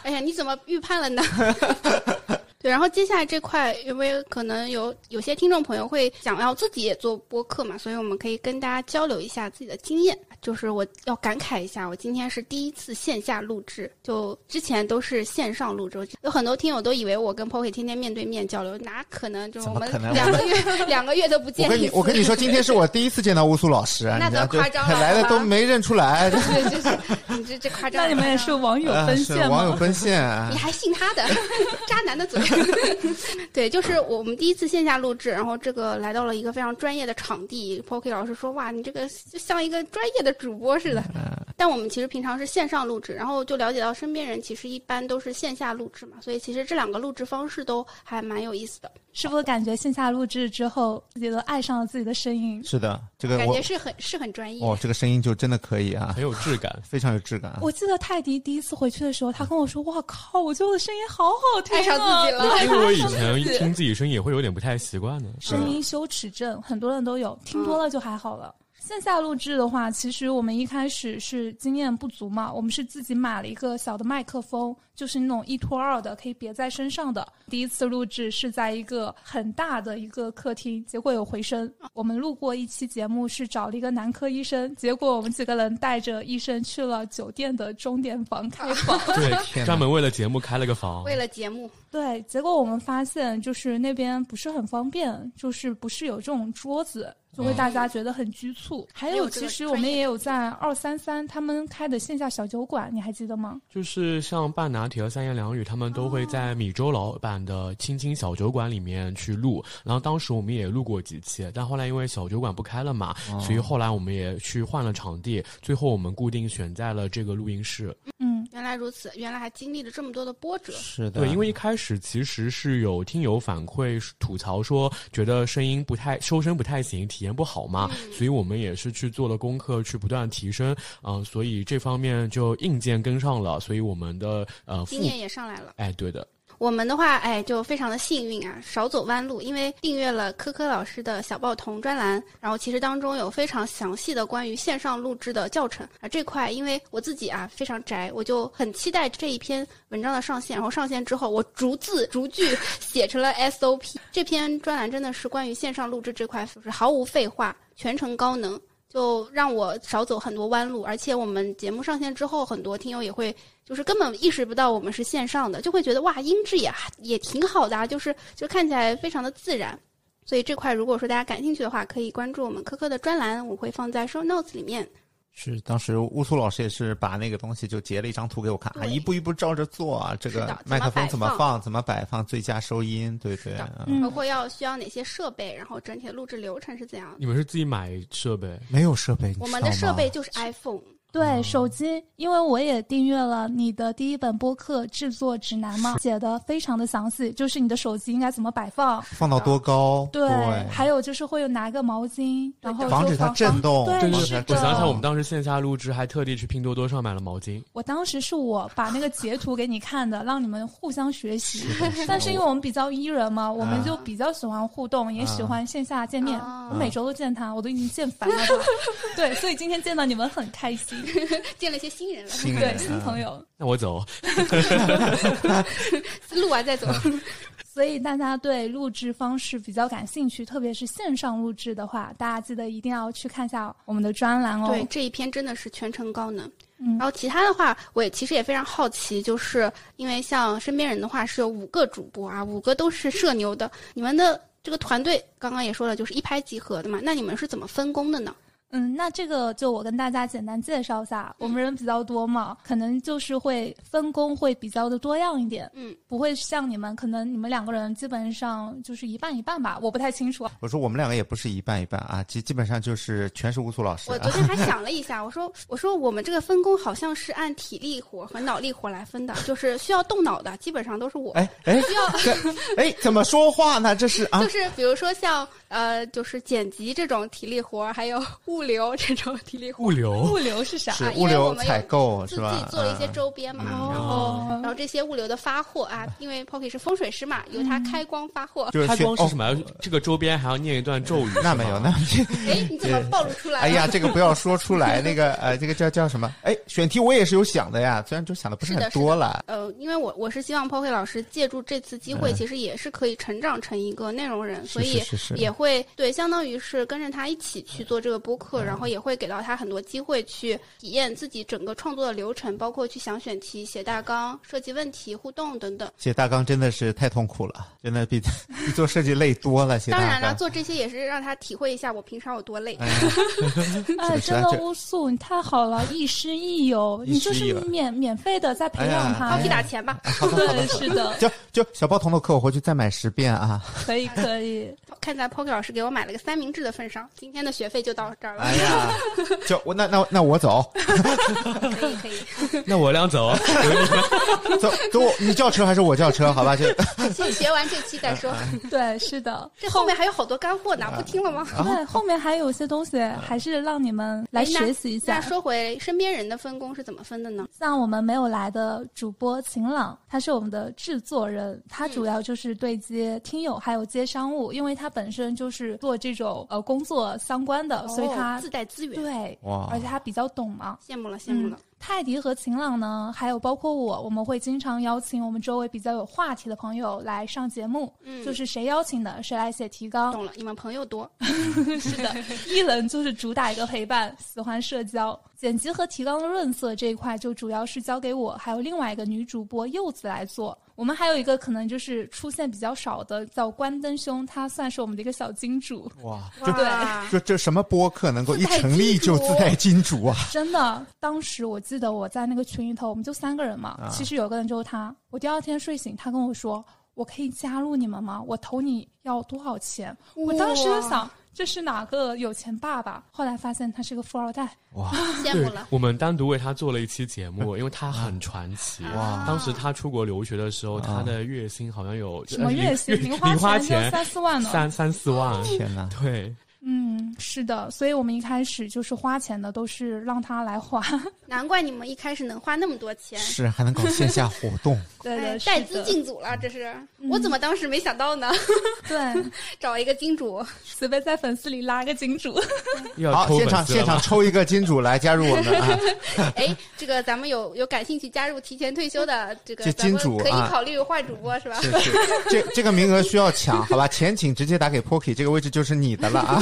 Speaker 3: 哎呀，你怎么预判了呢？ 对，然后接下来这块，因为可能有有些听众朋友会想要自己也做播客嘛，所以我们可以跟大家交流一下自己的经验。就是我要感慨一下，我今天是第一次线下录制，就之前都是线上录制。有很多听友都以为我跟 Poki 天天面对面交流，哪可能？就
Speaker 2: 怎
Speaker 3: 我
Speaker 2: 么
Speaker 3: 们
Speaker 2: 可能
Speaker 3: 两个月两个月都不
Speaker 2: 我
Speaker 3: 见
Speaker 2: 跟
Speaker 3: 一
Speaker 2: 你
Speaker 3: 次。
Speaker 2: 我跟你说，今天是我第一次见到乌苏老师，啊
Speaker 3: 那
Speaker 2: 你知道
Speaker 3: 倒夸张
Speaker 2: 就
Speaker 3: 了
Speaker 2: 来了
Speaker 3: 好吧
Speaker 2: 都没认出 来，
Speaker 3: 对，就是你这这夸张
Speaker 4: 那
Speaker 3: 了。
Speaker 4: 你们也是网友
Speaker 2: 啊
Speaker 4: 奔
Speaker 2: 是
Speaker 4: 现吗？
Speaker 2: 网友奔现啊
Speaker 3: 你还信他 的渣男的嘴？ 对，就是我们第一次线下录制，然后这个来到了一个非常专业的场地。Poki 老师说：“哇，你这个就像一个专业的主播似的。”
Speaker 2: 嗯
Speaker 3: 但我们其实平常是线上录制，然后就了解到身边人其实一般都是线下录制嘛，所以其实这两个录制方式都还蛮有意思的，
Speaker 4: 是不是感觉线下录制之后，自己都爱上了自己的声音？
Speaker 2: 是的，这个
Speaker 3: 感
Speaker 2: 我
Speaker 3: 觉是很是很专业。
Speaker 2: 哦，这个声音就真的可以啊
Speaker 1: 很，有质感。
Speaker 2: 非常有质感啊。
Speaker 4: 我记得泰迪第一次回去的时候，他跟我说：“哇靠，我觉得我的声音好好听、啊，
Speaker 3: 爱上自己了
Speaker 4: 对
Speaker 1: 因为我以
Speaker 4: 爱上自 己
Speaker 1: 前听自己声音也会有点不太习 惯的。
Speaker 4: 声音羞耻症，很多人都有，听多了就还好了。线下录制的话，其实我们一开始是经验不足嘛，我们是自己买了一个小的麦克风，就是那种一拖二的，可以别在身上的。第一次录制是在一个很大的一个客厅，结果有回声。我们录过一期节目是找了一个男科医生，结果我们几个人带着医生去了酒店的钟点房开房。
Speaker 1: 对，
Speaker 2: 天哪
Speaker 1: 专门为了节目开了个房。
Speaker 3: 为了节目，
Speaker 4: 对，结果我们发现就是那边不是很方便，就是不是有这种桌子，就会大家觉得很局促。还
Speaker 3: 没
Speaker 4: 有，
Speaker 3: 有这
Speaker 4: 其
Speaker 3: 个
Speaker 4: 实我
Speaker 3: 专
Speaker 4: 们
Speaker 3: 业
Speaker 4: 也有在二三三他们开的线下小酒馆，你还记得吗？
Speaker 1: 就是像半拿铁和三言两语，他们都会在米粥老板的青青小酒馆里面去录。然后当时我们也录过几期，但后来因为小酒馆不开了嘛，
Speaker 3: 哦
Speaker 1: 所以后来我们也去换了场地。最后我们固定选在了这个录音室。
Speaker 4: 嗯，
Speaker 3: 原来如此，原来还经历了这么多的波折。
Speaker 2: 是的，
Speaker 1: 对，因为一开始其实是有听友反馈吐槽说，觉得声音不太收声不太行，体验不好嘛，
Speaker 3: 嗯
Speaker 1: 所以我们也是去做了功课，去不断提升。嗯、所以这方面就硬件跟上了，所以我们的呃
Speaker 3: 经
Speaker 1: 副
Speaker 3: 验也上来了。
Speaker 1: 哎对的。
Speaker 3: 我们的话，哎，就非常的幸运啊，少走弯路，因为订阅了科科老师的小报童专栏，然后其实当中有非常详细的关于线上录制的教程啊。这块因为我自己啊非常宅，我就很期待这一篇文章的上线，然后上线之后，我逐字逐句写成了 SOP。这篇专栏真的是关于线上录制这块，就是毫无废话，全程高能。就让我少走很多弯路，而且我们节目上线之后，很多听友也会就是根本意识不到我们是线上的，就会觉得哇，音质也也挺好的、啊，就是就看起来非常的自然。所以这块如果说大家感兴趣的话，可以关注我们科科的专栏，我会放在 show notes 里面。
Speaker 2: 是当时乌苏老师也是把那个东西就截了一张图给我看啊，
Speaker 3: 对
Speaker 2: 一步一步照着做啊，这
Speaker 3: 是
Speaker 2: 个
Speaker 3: 的
Speaker 2: 麦克风怎
Speaker 3: 怎么
Speaker 2: 么
Speaker 3: 摆放
Speaker 2: 放，怎么摆放，最佳收音，对对
Speaker 3: 是的
Speaker 2: 啊
Speaker 4: 嗯
Speaker 3: 包括要需要哪些设备，然后整体的录制流程是怎样的。
Speaker 1: 你们是自己买设备
Speaker 2: 没有设备，你
Speaker 3: 我
Speaker 2: 知
Speaker 3: 们
Speaker 2: 道
Speaker 3: 的设
Speaker 2: 吗
Speaker 3: 备就是 iPhone，
Speaker 4: 对，手机，因为我也订阅了你的第一本播客制作指南嘛，写的非常的详细，就是你的手机应该怎么摆放，
Speaker 2: 放到多高？
Speaker 4: 对，还有就是会有拿个毛巾，然后
Speaker 2: 防止
Speaker 4: 就
Speaker 2: 它震动
Speaker 4: 对
Speaker 1: 对对
Speaker 2: 防
Speaker 1: 对，
Speaker 2: 止它
Speaker 4: 是
Speaker 2: 震
Speaker 1: 我
Speaker 2: 动
Speaker 1: 想起来，
Speaker 4: 的。
Speaker 1: 我们当时线下录制还特地去拼多多上买了毛巾。
Speaker 4: 我当时是我把那个截图给你看的，让你们互相学习。但是因为我们比较 E 人嘛，我们就比较喜欢互动，也喜欢线下见面。
Speaker 3: 啊
Speaker 4: 我每周都见他，我都已经见烦了他。 对，所以今天见到你们很开心，
Speaker 3: 见了一些新人了，
Speaker 2: 新
Speaker 4: 对啊
Speaker 2: 人
Speaker 4: 新朋友。
Speaker 1: 那我走，
Speaker 3: 录完再走。
Speaker 4: 所以大家对录制方式比较感兴趣，特别是线上录制的话，大家记得一定要去看一下我们的专栏哦。
Speaker 3: 对，，这一篇真的是全程高能。
Speaker 4: 嗯
Speaker 3: 然后其他的话，我也其实也非常好奇，就是因为像身边人的话是有五个主播啊，五个都是社牛的，你们的这个团队刚刚也说了，就是一拍即合的嘛，那你们是怎么分工的呢？
Speaker 4: 嗯，那这个就我跟大家简单介绍一下，
Speaker 3: 嗯
Speaker 4: 我们人比较多嘛，可能就是会分工会比较的多样一点，
Speaker 3: 嗯，
Speaker 4: 不会像你们，可能你们两个人基本上就是一半一半吧，我不太清楚。啊
Speaker 2: 我说我们两个也不是一半一半啊，基基本上就是全是乌苏老师
Speaker 3: 我
Speaker 2: 啊
Speaker 3: 昨。天还想了一下，我说我说我们这个分工好像是按体力活和脑力活来分的，就是需要动脑的基本上都是我。
Speaker 2: 哎哎
Speaker 3: 需要
Speaker 2: 哎，怎么说话呢？这是啊
Speaker 3: 就，是比如说像呃，就是剪辑这种体力活，还有物流这种体力活。
Speaker 1: 物流
Speaker 4: 物流是啥？
Speaker 2: 哦是
Speaker 3: 啊因为
Speaker 2: 物
Speaker 3: 我
Speaker 2: 流
Speaker 3: 们有
Speaker 2: 采购
Speaker 3: 自
Speaker 2: 是
Speaker 3: 自
Speaker 2: 吧
Speaker 3: 己？做了一些
Speaker 2: 嗯
Speaker 3: 周边嘛，然后
Speaker 4: 哦
Speaker 3: 然后这些物流的发货啊，因为 Pocky 是风水师嘛，由
Speaker 2: 嗯
Speaker 3: 他开光发货。
Speaker 2: 就是
Speaker 1: 它
Speaker 2: 选
Speaker 1: 光是
Speaker 2: 哦
Speaker 1: 什么？这个周边还要念一段咒语？
Speaker 2: 那没有，
Speaker 1: 是
Speaker 2: 那
Speaker 1: 吗
Speaker 3: 哎，你怎么暴露出来了？
Speaker 2: 哎呀，这个不要说出来。那个呃，这个叫叫什么？哎，选题我也是有想的呀，虽然就想的不
Speaker 3: 是的
Speaker 2: 很多了。
Speaker 3: 呃，因为我我是希望 Pocky 老师借助这次机会，其实也是可以成长成一个内容人，所以
Speaker 2: 嗯是是是
Speaker 3: 也会对，相当于是跟着他一起去做这个播客，然后也会给到他很多机会去体验自己整个创作的流程，包括去想选题、写大纲、设计问题、互动等等。
Speaker 2: 写大纲真的是太痛苦了，真的比比做设计累多了。写大
Speaker 3: 当
Speaker 2: 纲
Speaker 3: 然了，做这些也是让他体会一下我平常有多累。
Speaker 2: 哎
Speaker 4: 哎，
Speaker 2: 是
Speaker 4: 真
Speaker 2: 的
Speaker 4: 的
Speaker 2: 这
Speaker 4: 乌素，你太好了，亦师亦友，
Speaker 2: 亦
Speaker 4: 你就
Speaker 2: 师亦
Speaker 4: 是
Speaker 2: 友
Speaker 4: 免免费的在培
Speaker 2: 哎呀
Speaker 4: 养他
Speaker 2: 哎
Speaker 3: 去
Speaker 2: 呀
Speaker 3: 打钱吧，
Speaker 4: 对，是的，
Speaker 2: 就就小报童的课，我回去再买十遍啊！
Speaker 4: 可以可以。
Speaker 3: 看在 Pocky 老师给我买了个三明治的份上，今天的学费就到这儿了
Speaker 2: 哎。呀， 就我那那那我走
Speaker 3: 可以可以，
Speaker 1: 那我俩走。
Speaker 2: 走走，你叫车还是我叫车？好吧，就
Speaker 3: 先学完这期再说，
Speaker 4: 对，是的，
Speaker 3: 这后面还有好多干货呢，不听了吗？
Speaker 4: 对，后面还有些东西还是让你们来
Speaker 3: 哎那
Speaker 4: 学习一下
Speaker 3: 那。说回身边人的分工是怎么分的呢？
Speaker 4: 像我们没有来的主播晴朗，他是我们的制作人，他主要就是对接听友还有接商务，因为他本身就是做这种呃工作相关的，所以
Speaker 3: 哦
Speaker 4: 他
Speaker 3: 自带资源，
Speaker 4: 对，
Speaker 2: 哇
Speaker 4: 而且他比较懂嘛。
Speaker 3: 羡慕了羡慕了。
Speaker 4: 泰迪和晴朗呢，还有包括我，我们会经常邀请我们周围比较有话题的朋友来上节目，
Speaker 3: 嗯
Speaker 4: 就是谁邀请的，谁来写提纲，
Speaker 3: 懂了，你们朋友 多，
Speaker 4: 是的， 艺人就是主打一个陪伴，喜欢社交。剪辑和提纲的润色这一块，就主要是交给我，还有另外一个女主播柚子来做。我们还有一个可能就是出现比较少的，叫关灯兄，他算是我们的一个小金主，
Speaker 2: 哇，
Speaker 3: 哇，
Speaker 2: 就这什么播客能够一成立就自带金主啊？
Speaker 4: 真的。当时我记得我在那个群里头，我们就三个人嘛，其实有个人就是他。我第二天睡醒，他跟我说：“我可以加入你们吗？我投你要多少钱？”我当时就想。这是哪个有钱爸爸？后来发现他是个富二代，
Speaker 3: 羡
Speaker 1: 对
Speaker 3: 慕了，。
Speaker 1: 我们单独为他做了一期节
Speaker 2: 嗯
Speaker 1: 目，因为他很传奇。
Speaker 3: 哇
Speaker 1: 当时他出国留学的时候，他的月薪好像有呃
Speaker 4: 什么月 薪？
Speaker 1: 零
Speaker 4: 零
Speaker 1: 零花
Speaker 4: 钱就三四万呢。
Speaker 1: 三三四万。
Speaker 2: 天哪！
Speaker 1: 对，
Speaker 4: 嗯，是的，所以我们一开始就是花钱的都是让他 来花。
Speaker 3: 难怪你们一开始能花那么多钱，
Speaker 2: 是还能搞线下活动，
Speaker 4: 对
Speaker 3: 哎
Speaker 4: 的，
Speaker 3: 带
Speaker 4: 是
Speaker 3: 资
Speaker 4: 的。嗯
Speaker 3: 进组了，这是我怎么当时没想到呢？
Speaker 4: 对，
Speaker 3: 找一个金主，
Speaker 4: 随便在粉丝里拉个金主。
Speaker 1: 又 要
Speaker 2: 好，
Speaker 1: 抽
Speaker 2: 现
Speaker 1: 粉
Speaker 2: 场
Speaker 1: 丝
Speaker 2: 现
Speaker 1: 了
Speaker 2: 场
Speaker 1: 吗？
Speaker 2: 抽一个金主来加入我们 啊！
Speaker 3: 哎，这个咱们有有感兴趣加入提前退休的这个
Speaker 2: 这
Speaker 3: 咱们
Speaker 2: 金主
Speaker 3: 可以
Speaker 2: 啊
Speaker 3: 考虑换主播是吧？
Speaker 2: 是是，这这个名额需要抢，好吧？钱请直接打给 Pocky，这个位置就是你的了 啊！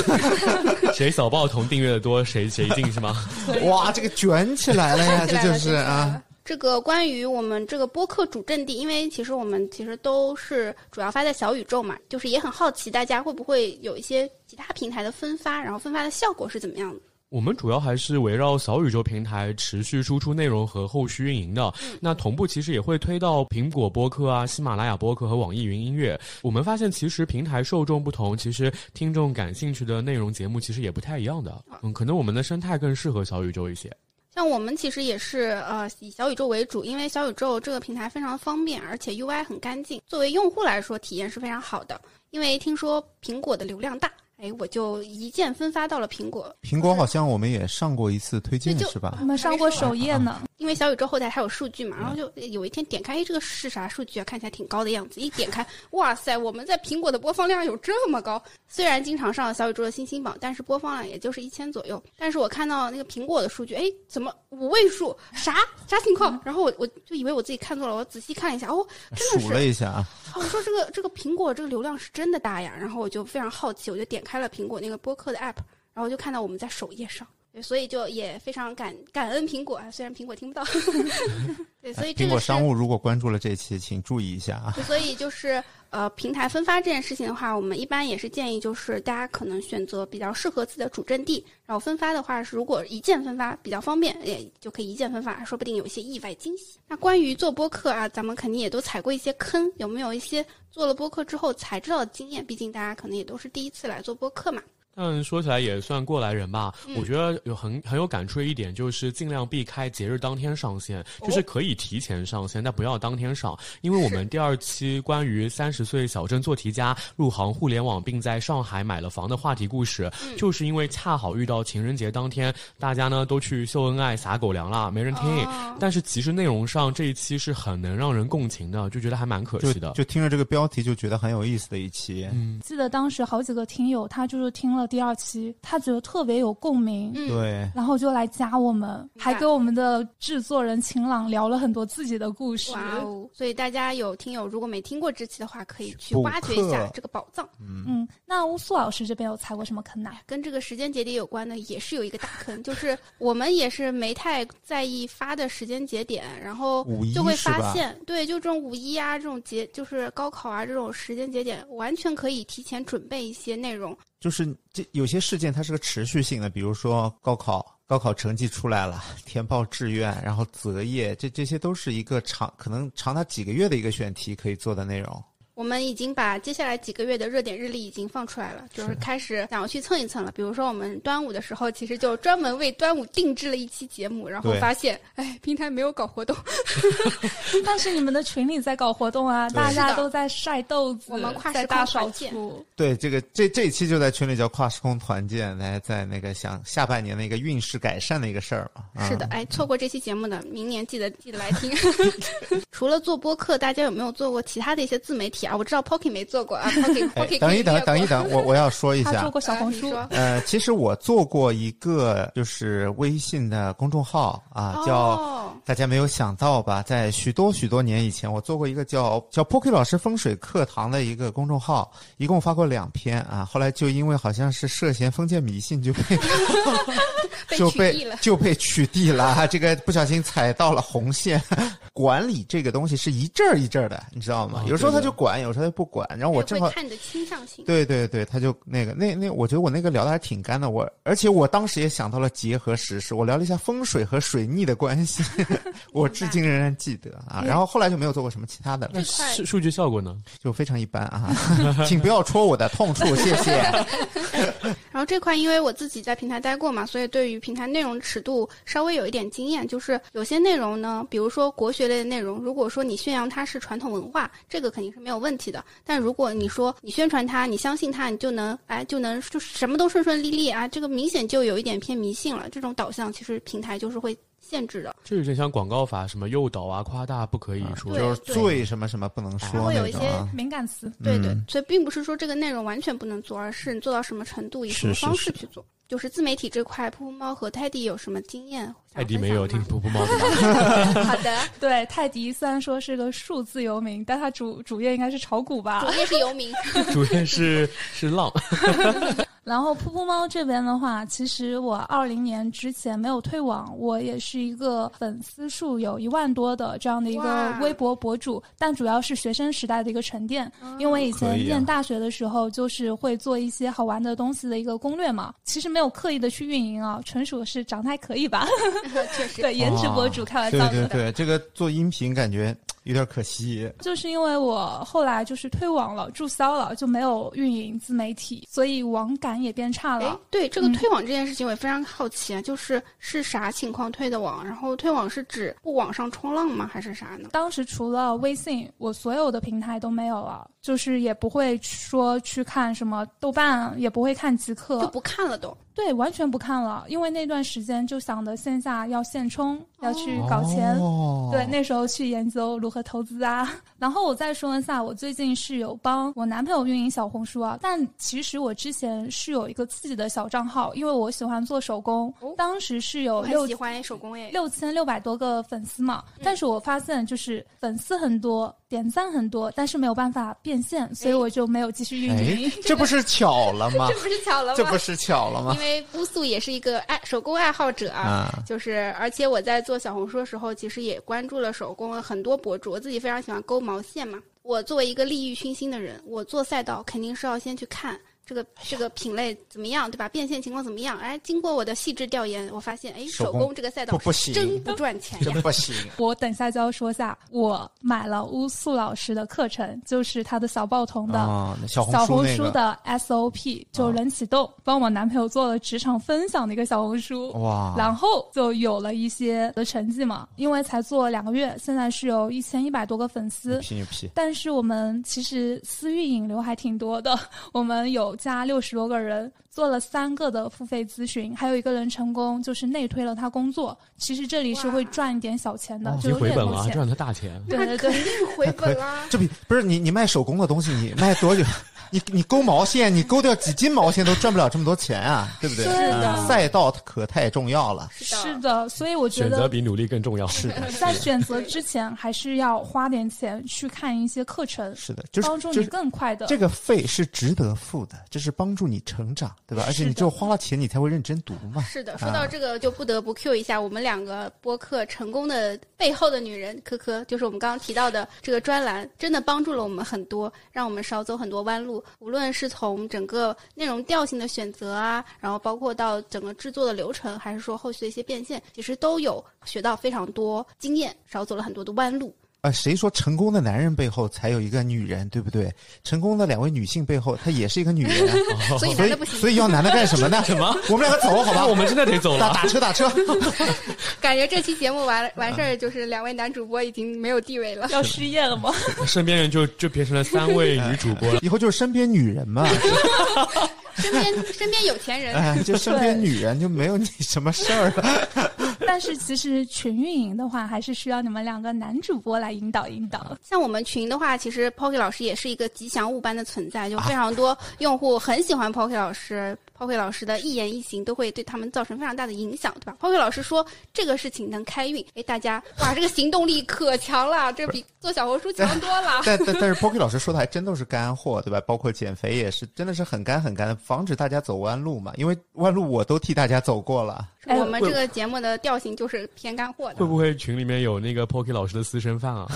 Speaker 1: 谁小报童订阅的多，谁谁进是吗？
Speaker 2: 哇，这个卷起来了呀，
Speaker 3: 起
Speaker 2: 这
Speaker 3: 来了
Speaker 2: 就是啊，。
Speaker 3: 这个关于我们这个播客主阵地，因为其实我们其实都是主要发在小宇宙嘛，就是也很好奇大家会不会有一些其他平台的分发，然后分发的效果是怎么样的？
Speaker 1: 我们主要还是围绕小宇宙平台持续输出内容和后续运营的。那同步其实也会推到苹果播客啊、喜马拉雅播客和网易云音乐。我们发现，其实平台受众不同，其实听众感兴趣的内容节目其实也不太一样的。嗯，可能我们的生态更适合小宇宙一些。
Speaker 3: 像我们其实也是呃以小宇宙为主，因为小宇宙这个平台非常方便，而且 UI 很干净，作为用户来说体验是非常好的。因为听说苹果的流量大，哎，我就一键分发到了苹果。
Speaker 2: 苹果好像我们也上过一次推荐
Speaker 3: 就是
Speaker 2: 吧
Speaker 4: 我？们上过首页呢。
Speaker 3: 因为小宇宙后台它有数据
Speaker 2: 嗯
Speaker 3: 嘛，然后就有一天点开，哎，这个是啥数据啊？看起来挺高的样子。一点开， 哇塞，我们在苹果的播放量有这么高。虽然经常上小宇宙的新星榜，但是播放量也就是一千左右。但是我看到那个苹果的数据，哎，怎么五位数？啥啥
Speaker 2: 嗯
Speaker 3: 情况？然后我我就以为我自己看错了，我仔细看了一下，哦，真的
Speaker 2: 数
Speaker 3: 是
Speaker 2: 了一下啊，
Speaker 3: 哦，我说这个这个苹果这个流量是真的大呀，然后我就非常好奇，我就点开了苹果那个播客的 app，然后就看到我们在首页上，对所以就也非常感感恩苹果啊，虽然苹果听不到， 对，所以这
Speaker 2: 哎苹
Speaker 3: 个
Speaker 2: 果
Speaker 3: 是，
Speaker 2: 商务如果关注了这期，请注意一下啊。
Speaker 3: 对所以就是呃，平台分发这件事情的话，我们一般也是建议就是大家可能选择比较适合自己的主阵地，然后分发的话是如果一键分发比较方便，也就可以一键分发，说不定有一些意外惊喜。那关于做播客啊，咱们肯定也都踩过一些坑，有没有一些做了播客之后才知道的经验？毕竟大家可能也都是第一次来做播客嘛。
Speaker 1: 但说起来也算过来人吧，
Speaker 3: 嗯
Speaker 1: 我觉得有很很有感触的一点就是尽量避开节日当天上线，
Speaker 3: 哦
Speaker 1: 就是可以提前上线，但不要当天上，因为我们第二期关于三十岁小镇做题家入行互联网并在上海买了房的话题故事，
Speaker 3: 嗯
Speaker 1: 就是因为恰好遇到情人节当天，大家呢都去秀恩爱撒狗粮啦，没
Speaker 2: 嗯
Speaker 1: 人听。
Speaker 3: 哦
Speaker 1: 但是其实内容上这一期是很能让人共情的，就觉得还蛮可
Speaker 2: 就
Speaker 1: 惜的。嗯
Speaker 2: 就听着这个标题就觉得很有意思的一期，
Speaker 4: 记得当时好几个听友，他就是听了第二期，他觉得特别有共鸣，
Speaker 3: 嗯，
Speaker 2: 对，
Speaker 4: 然后就来加我们，还跟我们的制作人晴朗聊了很多自己的故事。
Speaker 3: 哇哦！所以大家有听友如果没听过这期的话，可以去
Speaker 2: 补
Speaker 3: 挖掘一下
Speaker 2: 课
Speaker 3: 这个宝藏。
Speaker 4: 嗯，那乌苏老师这边有踩过什么坑呢、
Speaker 3: 跟这个时间节点有关的，也是有一个大坑，就是我们也是没太在意发的时间节点，然后
Speaker 2: 五一
Speaker 3: 就会
Speaker 2: 是吧
Speaker 3: 发现，对，就这种五一啊，这种节就是高考啊这种时间节点，完全可以提前准备一些内容。
Speaker 2: 就是这有些事件它是个持续性的，比如说高考，高考成绩出来了，填报志愿，然后择业，这这些都是一个长可能长达几个月的一个选题可以做的内容。
Speaker 3: 我们已经把接下来几个月的热点日历已经放出来了，就是开始想要去蹭一蹭了。比如说我们端午的时候，其实就专门为端午定制了一期节目，然后
Speaker 2: 对
Speaker 3: 发现，哎，平台没有搞活动，
Speaker 4: 但是你们的群里在搞活动啊，大
Speaker 3: 是
Speaker 4: 家
Speaker 3: 的
Speaker 4: 都在晒豆子，
Speaker 3: 我们跨时
Speaker 4: 在
Speaker 3: 空
Speaker 4: 大扫
Speaker 3: 团建
Speaker 4: 除。
Speaker 2: 对，这个这这一期就在群里叫跨时空团建，来在那个想下半年的一个运势改善的一个事儿嘛。啊
Speaker 3: 是的，，哎，错过这期节目的，明年记得记得来 听。 除了做播客，大家有没有做过其他的一些自媒体啊？我知道 Pocky 没 做过啊，Pocky
Speaker 2: 哎
Speaker 3: Pocky，
Speaker 2: 等一等，等一
Speaker 3: 一
Speaker 2: 等，我我要说一
Speaker 4: 他
Speaker 2: 下
Speaker 4: 做，过小红
Speaker 3: 啊
Speaker 4: 书，
Speaker 2: 呃，其实我做过一个就是微信的公众号啊，叫
Speaker 3: 哦，
Speaker 2: 大家没有想到吧？在许多许多年以前，我做过一个叫叫 Poki 老师风水课堂的一个公众号，一共发过两篇啊。后来就因为好像是涉嫌封建迷信，就被
Speaker 3: 被
Speaker 2: 就
Speaker 3: 取缔
Speaker 2: 被
Speaker 3: 了。
Speaker 2: 就被取缔了。啊这个不小心踩到了红线。 管理这个东西是一阵儿一阵儿的，你知道吗？
Speaker 1: 哦
Speaker 2: 有时候他
Speaker 1: 对的
Speaker 2: 就管，有时候他就不管。然后我
Speaker 3: 会
Speaker 2: 正好
Speaker 3: 看你的倾向性，
Speaker 2: 对对对，他就那个那那，我觉得我那个聊的还挺干的。我而且我当时也想到了结合时事，我聊了一下风水和水逆的关系，我至今仍然记得啊。然后后来就没有做过什么其他的了，
Speaker 1: 那
Speaker 3: 这块
Speaker 1: 数数据效果呢？
Speaker 2: 就非常一般啊。 请不要戳我的痛处，谢谢。
Speaker 3: 然后这块因为我自己在平台待过嘛，所以对于平台内容尺度稍微有一点经验。就是有些内容呢，比如说国学类的内容，如果说你宣扬它是传统文化，这个肯定是没有问题的。但如果你说你宣传它，你相信它，你就能哎就能就是什么都顺顺利利啊，这个明显就有一点偏迷信了。这种导向其实平台就是会限制的，
Speaker 1: 这有点像广告法，什么诱导啊、夸大不可以说。
Speaker 3: 对
Speaker 2: 就是
Speaker 3: 对
Speaker 2: 最什么什么不能
Speaker 3: 它
Speaker 2: 说
Speaker 3: 会有
Speaker 2: 那
Speaker 3: 一
Speaker 2: 种
Speaker 3: 些
Speaker 2: 啊。
Speaker 4: 敏感词。
Speaker 3: 对对
Speaker 2: 嗯，
Speaker 3: 所以并不是说这个内容完全不能做，而是你做到什么程度，以什么
Speaker 2: 是是
Speaker 3: 方式去做。就是自媒体这块，噗噗猫和泰迪有什么经验
Speaker 1: 泰
Speaker 3: 想分享吗？
Speaker 1: 迪没有听噗噗猫的吧？
Speaker 3: 好的。
Speaker 4: 对，泰迪虽然说是个数字游民，但他主主业应该是炒股吧
Speaker 3: 主。业是游民，
Speaker 1: 主要是是浪，
Speaker 4: 然后噗噗猫这边的话，其实我二零年之前没有退网，我也是一个粉丝数有一万多的这样的一个
Speaker 3: 哇
Speaker 4: 微博博主，但主要是学生时代的一个沉淀，
Speaker 3: 哦
Speaker 4: 因为以
Speaker 2: 可
Speaker 4: 前
Speaker 2: 以啊
Speaker 4: 念大学的时候就是会做一些好玩的东西的一个攻略嘛，其实没有刻意的去运营啊，纯属是长得还可以吧，
Speaker 3: 确实
Speaker 4: 对，颜值博主
Speaker 2: 哦
Speaker 4: 开玩笑
Speaker 2: 对
Speaker 4: 的。
Speaker 2: 对对，这个做音频感觉有点可惜。
Speaker 4: 就是因为我后来就是退网了，注销了，就没有运营自媒体，所以网感也变差
Speaker 3: 哎
Speaker 4: 了。，
Speaker 3: 对这个
Speaker 4: 嗯
Speaker 3: 退网这件事情，我也非常好奇啊，就是是啥情况退的网？然后退网是指不往上冲浪吗？还是啥呢？
Speaker 4: 当时除了微信，我所有的平台都没有了，就是也不会说去看什么豆瓣，也不会看极客，
Speaker 3: 就不看了都。
Speaker 4: 对，完全不看了，因为那段时间就想着线下要现充，要去
Speaker 3: 哦
Speaker 4: 嗯搞钱。
Speaker 2: 哦
Speaker 4: 对，那时候去研究如何投资啊。然后我再说一下，我最近是有帮我男朋友运营小红书啊，但其实我之前是有一个自己的小账号，因为我喜欢做手工
Speaker 3: 哦，
Speaker 4: 当时是有
Speaker 3: 我
Speaker 4: 呃六
Speaker 3: 很喜欢嗯手工 哎，
Speaker 4: 六千六百多个粉丝嘛，但是我发现就是粉丝很多，点赞很多，但是没有办法变现，所以
Speaker 3: 哎
Speaker 4: 我就没有继续运
Speaker 2: 哎
Speaker 4: 营。，
Speaker 2: 这不是巧了吗
Speaker 3: 这？不是巧了吗？
Speaker 2: 这不是巧了吗
Speaker 3: 因？为乌素也是一个爱手工爱好者啊，
Speaker 2: 啊
Speaker 3: 就是而且我在做小红书的时候，其实也关注了手工的很多博主，我自己非常喜欢勾毛线嘛。我作为一个利欲熏心的人，我做赛道肯定是要先去看这个
Speaker 2: 哎
Speaker 3: 这个品类怎么样，对吧？变现情况怎么样？哎，经过我的细致调研，我发现，哎，
Speaker 2: 手
Speaker 3: 手
Speaker 2: 工
Speaker 3: 工这个赛道
Speaker 2: 不不行
Speaker 3: 真不赚钱
Speaker 2: 真
Speaker 3: 呀。
Speaker 2: 不行，
Speaker 4: 我等一下就要说下，我买了乌素老师的课程，就是他的小报童的、
Speaker 3: 哦
Speaker 2: 啊小红
Speaker 4: 小
Speaker 2: 书
Speaker 4: 红
Speaker 2: 那
Speaker 4: 书
Speaker 2: 个
Speaker 4: 的 SOP，就人启动，帮我男朋友做了职场分享的一个小红书。
Speaker 2: 哇
Speaker 4: 然后就有了一些的成绩嘛，因为才做两个月，现在是有一千一百多个粉丝，
Speaker 2: 皮牛皮，！
Speaker 4: 但是我们其实私域引流还挺多的， 我们有加六十多个人，做了三个的付费咨询，还有一个人成功就是内推了他工作。其实这里是会
Speaker 3: 哇
Speaker 4: 赚一点小钱的，
Speaker 1: 已
Speaker 4: 就
Speaker 1: 经
Speaker 4: 有
Speaker 1: 回
Speaker 4: 点
Speaker 1: 本
Speaker 4: 风
Speaker 1: 了，啊
Speaker 4: 险。
Speaker 1: 赚了他大钱。
Speaker 4: 对对
Speaker 3: 肯
Speaker 4: 对，
Speaker 3: 定回本啦
Speaker 2: 这比不是你你卖手工的东西，你卖多久？ 你你勾毛线，你勾掉几斤毛线都赚不了这么多钱啊，对不对？
Speaker 4: 是的
Speaker 2: 啊赛道可太重要了。
Speaker 3: 是
Speaker 4: 是的，所以我觉
Speaker 1: 选择
Speaker 4: 得
Speaker 1: 比努力更 重要。是的，
Speaker 4: 在选择之前还是要花点钱去看一些课程，
Speaker 2: 是的，就是
Speaker 4: 帮助
Speaker 2: 就
Speaker 4: 你
Speaker 2: 是
Speaker 4: 更快的。
Speaker 2: 这个费是值得付的，这是帮助你成长，对吧？而且你只有花了钱，你才会认真读 嘛。
Speaker 3: 是的，说到这个就不得不 Q 一下我们两个播客成功的背后的女人科科，就是我们刚刚提到的这个专栏，真的帮助了我们很多，让我们少走很多弯路。无论是从整个内容调性的选择啊，然后包括到整个制作的流程，还是说后续的一些变现，其实都有学到非常多经验，少走了很多的弯 路。
Speaker 2: 啊，谁说成功的男人背后才有一个女人，对不对？成功的两位女性背后，她也是一个女人啊，
Speaker 3: 所以
Speaker 2: 所
Speaker 3: 男的不
Speaker 2: 以
Speaker 3: 行，
Speaker 2: 所以要男的干什么呢？
Speaker 1: 什么？
Speaker 2: 我们两个走好吧？
Speaker 1: 那我们真的得走
Speaker 2: 打
Speaker 1: 了。
Speaker 2: 打车打车，
Speaker 3: 感觉这期节目完完事儿，就是两位男主播已经没有地位 了。
Speaker 4: 要失业了吗？
Speaker 1: 身边人就就变成了三位女主
Speaker 4: 哎
Speaker 1: 播了。
Speaker 2: 以后就是身边女人 嘛，
Speaker 3: 身边身边有钱人，
Speaker 2: 哎，就身边女人就没有你什么事儿了。
Speaker 4: 但是其实群运营的话，还是需要你们两个男主播来引导引导。
Speaker 3: 像我们群的话，其实 Pocky 老师也是一个吉祥物般的存在，就
Speaker 2: 啊
Speaker 3: 非常多用户很喜欢 Pocky 老师。Pocky 老师的一言一行都会对他们造成非常大的影响，对吧？Pocky 老师说这个事情能开运，哎，大家哇，这个行动力可强了，这比做小红书强多 了。
Speaker 2: 但但但是 Pocky 老师说的还真都是干货，对吧？包括减肥也是，真的是很干很干的，防止大家走弯路嘛。因为弯路我都替大家走过了。
Speaker 4: 哎
Speaker 3: 我们这个节目的调性就是偏干货的
Speaker 1: 会，不会群里面有那个 Pocky 老师的私生饭啊？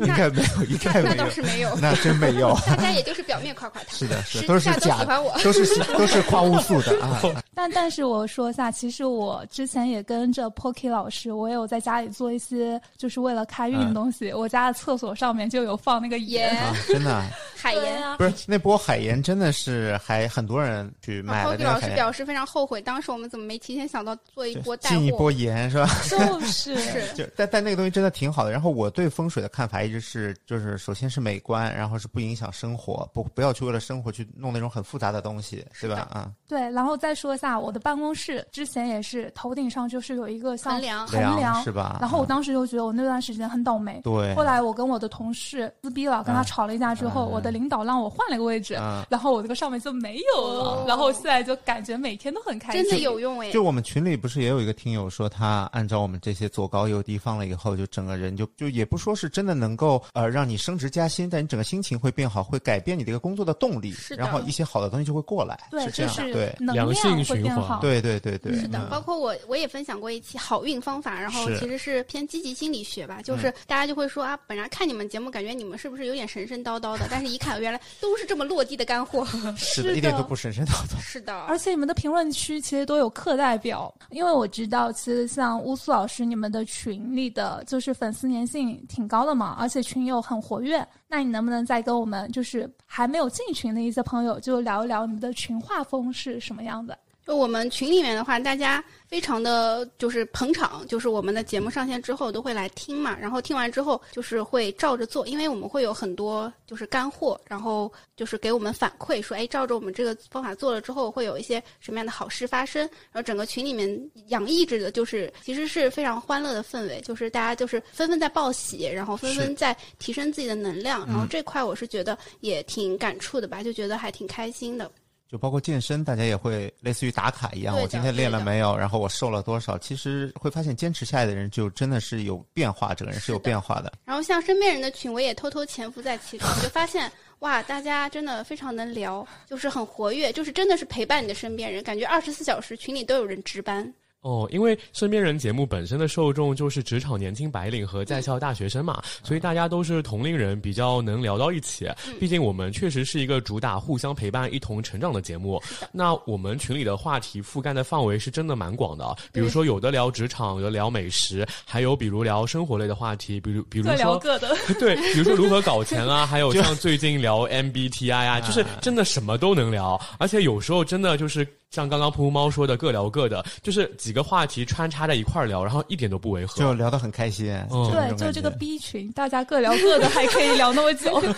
Speaker 2: 应该没有，应
Speaker 3: 那
Speaker 2: 该
Speaker 3: 那
Speaker 2: 没有
Speaker 3: 倒，是没 有，。
Speaker 2: 那真没有
Speaker 3: 大家也就是表面夸夸他，
Speaker 2: 是的，是
Speaker 3: 实
Speaker 2: 的都
Speaker 3: 际
Speaker 2: 是
Speaker 3: 上都
Speaker 2: 假
Speaker 3: 喜
Speaker 2: 的，
Speaker 3: 欢我。
Speaker 2: 都是都是夸乌素 的啊。
Speaker 4: 但但是我说一下，其实我之前也跟着 Pocky 老师，我有在家里做一些就是为了开运
Speaker 2: 嗯
Speaker 4: 的东西。我家的厕所上面就有放那个盐，
Speaker 2: 啊，真的啊，
Speaker 3: 海
Speaker 4: 对
Speaker 3: 盐
Speaker 4: 啊，
Speaker 2: 不是那波海盐真的是还很多人去买了
Speaker 3: Pocky
Speaker 2: 那
Speaker 3: 老
Speaker 2: 个
Speaker 3: 师
Speaker 2: 海盐
Speaker 3: 表，示非常后悔，当时我们怎么没提前想到做一波带货？
Speaker 2: 进一波盐是吧？
Speaker 4: 就 是
Speaker 3: 是
Speaker 2: 就但但那个东西真的挺好的。然后我对风水的看法一直是，就是首先是美观，然后是不影响生活，不不要去为了生活去弄那种很复杂的东西，对吧？啊，
Speaker 4: 对。然后再说一下，我的办公室之前也是头顶上就是有一个像
Speaker 3: 衡量
Speaker 4: 衡量
Speaker 2: 是吧？
Speaker 4: 然后我
Speaker 2: 嗯
Speaker 4: 当时就觉得我那段时间很倒霉。
Speaker 2: 对，
Speaker 4: 后来我跟我的同事撕逼了，跟他
Speaker 2: 嗯
Speaker 4: 吵了一架之后，
Speaker 2: 嗯
Speaker 4: 我的领导让我换了一个位置，
Speaker 2: 嗯
Speaker 4: 然后我这个上面就没有了。
Speaker 3: 哦
Speaker 4: 然后我现在就感觉每天都很开心，
Speaker 3: 真的有用哎。
Speaker 2: 就我们群里不是也有一个听友说，他按照我们这些左高右低放了以后，就整个人就就也不说是真的能够呃让你升职加薪，但你整个心情会变好，会改变你这个工作的动力，
Speaker 3: 是的
Speaker 2: 然后一些好的东西就会过来，
Speaker 4: 对，
Speaker 2: 是这
Speaker 4: 就
Speaker 2: 样，
Speaker 4: 是
Speaker 2: 对
Speaker 4: 能
Speaker 1: 良性
Speaker 4: 量会
Speaker 1: 循
Speaker 4: 变
Speaker 1: 环
Speaker 4: 好。
Speaker 2: 对对对对，
Speaker 3: 是的，
Speaker 2: 嗯
Speaker 3: 包括我我也分享过一期好运方法，然后
Speaker 2: 是嗯
Speaker 3: 其实是偏积极心理学吧，就是大家就会说啊，本来看你们节目感觉你们是不是有点神神叨叨的，但是一看，原来都是这么落地的干货。
Speaker 2: 是
Speaker 4: 是
Speaker 2: 的，一点
Speaker 4: 的
Speaker 2: 都不神神叨叨。
Speaker 3: 是的，
Speaker 4: 而且你们的评论区其实都有课代表，因为我知道，其实呃像乌苏老师你们的群里的就是粉丝粘性挺高的嘛，而且群友很活跃。那你能不能再跟我们就是还没有进群的一些朋友，就聊一聊你们的群画风是什么样的？
Speaker 3: 就我们群里面的话，大家非常的就是捧场，就是我们的节目上线之后都会来听嘛，然后听完之后就是会照着做，因为我们会有很多就是干货，然后就是给我们反馈说，哎，照着我们这个方法做了之后，会有一些什么样的好事发生。然后整个群里面洋溢着的就是其实是非常欢乐的氛围，就是大家就是纷纷在报喜，然后纷纷在提升自己的能量，然后这块我是觉得也挺感触的吧，就觉得还挺开心的。
Speaker 2: 就包括健身，大家也会类似于打卡一样，
Speaker 3: 对的
Speaker 2: 我今天练了没有，然后我瘦了多少。其实会发现，坚持下来的人就真的是有变化，这个人是有
Speaker 3: 是的
Speaker 2: 变化的。
Speaker 3: 然后像身边人的群，我也偷偷潜伏在其中，就发现哇，大家真的非常能聊，就是很活跃，就是真的是陪伴你的身边人，感觉二十四小时群里都有人值班。
Speaker 1: 哦，因为身边人节目本身的受众就是职场年轻白领和在校大学生嘛，所以大家都是同龄人，比较能聊到一起。毕竟我们确实是一个主打互相陪伴、一同成长的节目。那我们群里的话题覆盖的范围是真的蛮广的，啊比如说有的聊职场，有的聊美食，还有比如聊生活类的话题，比如比如
Speaker 4: 各聊
Speaker 1: 说
Speaker 4: 各的，
Speaker 1: 对，比如说如何搞钱 啊，还有像最近聊 MBTI 啊，就是真的什么都能聊，而且有时候真的就是像刚刚噗噗猫说的，各聊各的，就是几个话题穿插在一块儿聊，然后一点都不违和。
Speaker 2: 就聊得很开心，
Speaker 1: 嗯
Speaker 2: 那
Speaker 4: 对，
Speaker 2: 种
Speaker 4: 就
Speaker 2: 感
Speaker 4: 这个
Speaker 2: 觉
Speaker 4: B 群，大家各聊 各的，还可以聊那么久。
Speaker 2: 哦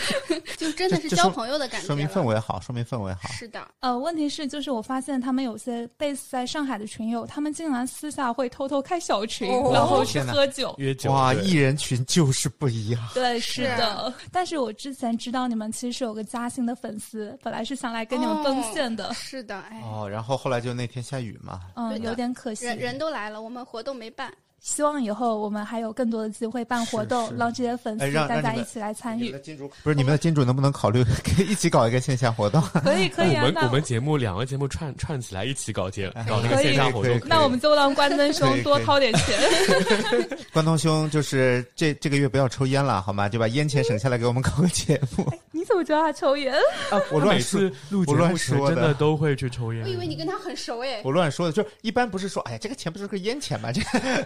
Speaker 3: 就真的是
Speaker 2: 这
Speaker 3: 交朋友的感觉
Speaker 2: 说明
Speaker 3: 了
Speaker 2: 氛围好，说明氛围好。
Speaker 3: 是的，
Speaker 4: 呃，问题是，就是我发现他们有些 base 在上海的群友，他们竟然私下会偷偷开小群，
Speaker 3: 哦
Speaker 4: 然后去
Speaker 2: 天哪
Speaker 4: 喝酒。
Speaker 1: 约酒
Speaker 2: 哇，
Speaker 1: 对
Speaker 2: 艺人群就是不一样。
Speaker 4: 对，
Speaker 3: 是
Speaker 4: 是的。但是我之前知道你们其实有个嘉兴的粉丝，本来是想来跟
Speaker 3: 哦
Speaker 4: 你们奔现的，
Speaker 3: 是的，哎，
Speaker 2: 哦，然后后来就那天下雨嘛，
Speaker 3: 对
Speaker 4: 嗯，
Speaker 3: 的
Speaker 4: 有点可惜。
Speaker 3: 人人都来了，我们活动没办，
Speaker 4: 希望以后我们还有更多的机会办活动
Speaker 2: 是，是
Speaker 4: 让这些粉
Speaker 2: 哎
Speaker 4: 丝
Speaker 2: 让
Speaker 4: 大
Speaker 2: 让
Speaker 4: 家
Speaker 2: 你
Speaker 4: 一
Speaker 2: 们
Speaker 4: 起来参与。
Speaker 2: 金主不是你们的金主能不能考虑一起搞一个线下活动？
Speaker 4: 可以，可以
Speaker 1: 我
Speaker 4: 啊。
Speaker 1: 们
Speaker 4: 那
Speaker 1: 我们节目两个节目串串起来一起搞节搞那个
Speaker 4: 可以
Speaker 1: 线下活
Speaker 2: 哎可以
Speaker 1: 动
Speaker 2: 可以，
Speaker 4: 那我们就让关灯
Speaker 2: 可以可
Speaker 4: 兄
Speaker 2: 以
Speaker 4: 多掏点钱。
Speaker 2: 关东兄就是这这个月不要抽烟了，好吗？就把烟钱省下来给我们搞个节目。
Speaker 3: 嗯
Speaker 4: 你怎么知道他抽烟？
Speaker 1: 啊
Speaker 2: 我
Speaker 1: 他
Speaker 2: 乱
Speaker 1: 每次录节
Speaker 2: 我
Speaker 1: 目
Speaker 2: 乱
Speaker 1: 时
Speaker 2: 说
Speaker 1: 真
Speaker 2: 的
Speaker 1: 的都会去抽烟
Speaker 3: 我。以为你跟他很熟哎。
Speaker 2: 我乱说的，就是一般不是说，哎呀，这个钱不就是个烟钱吗？这个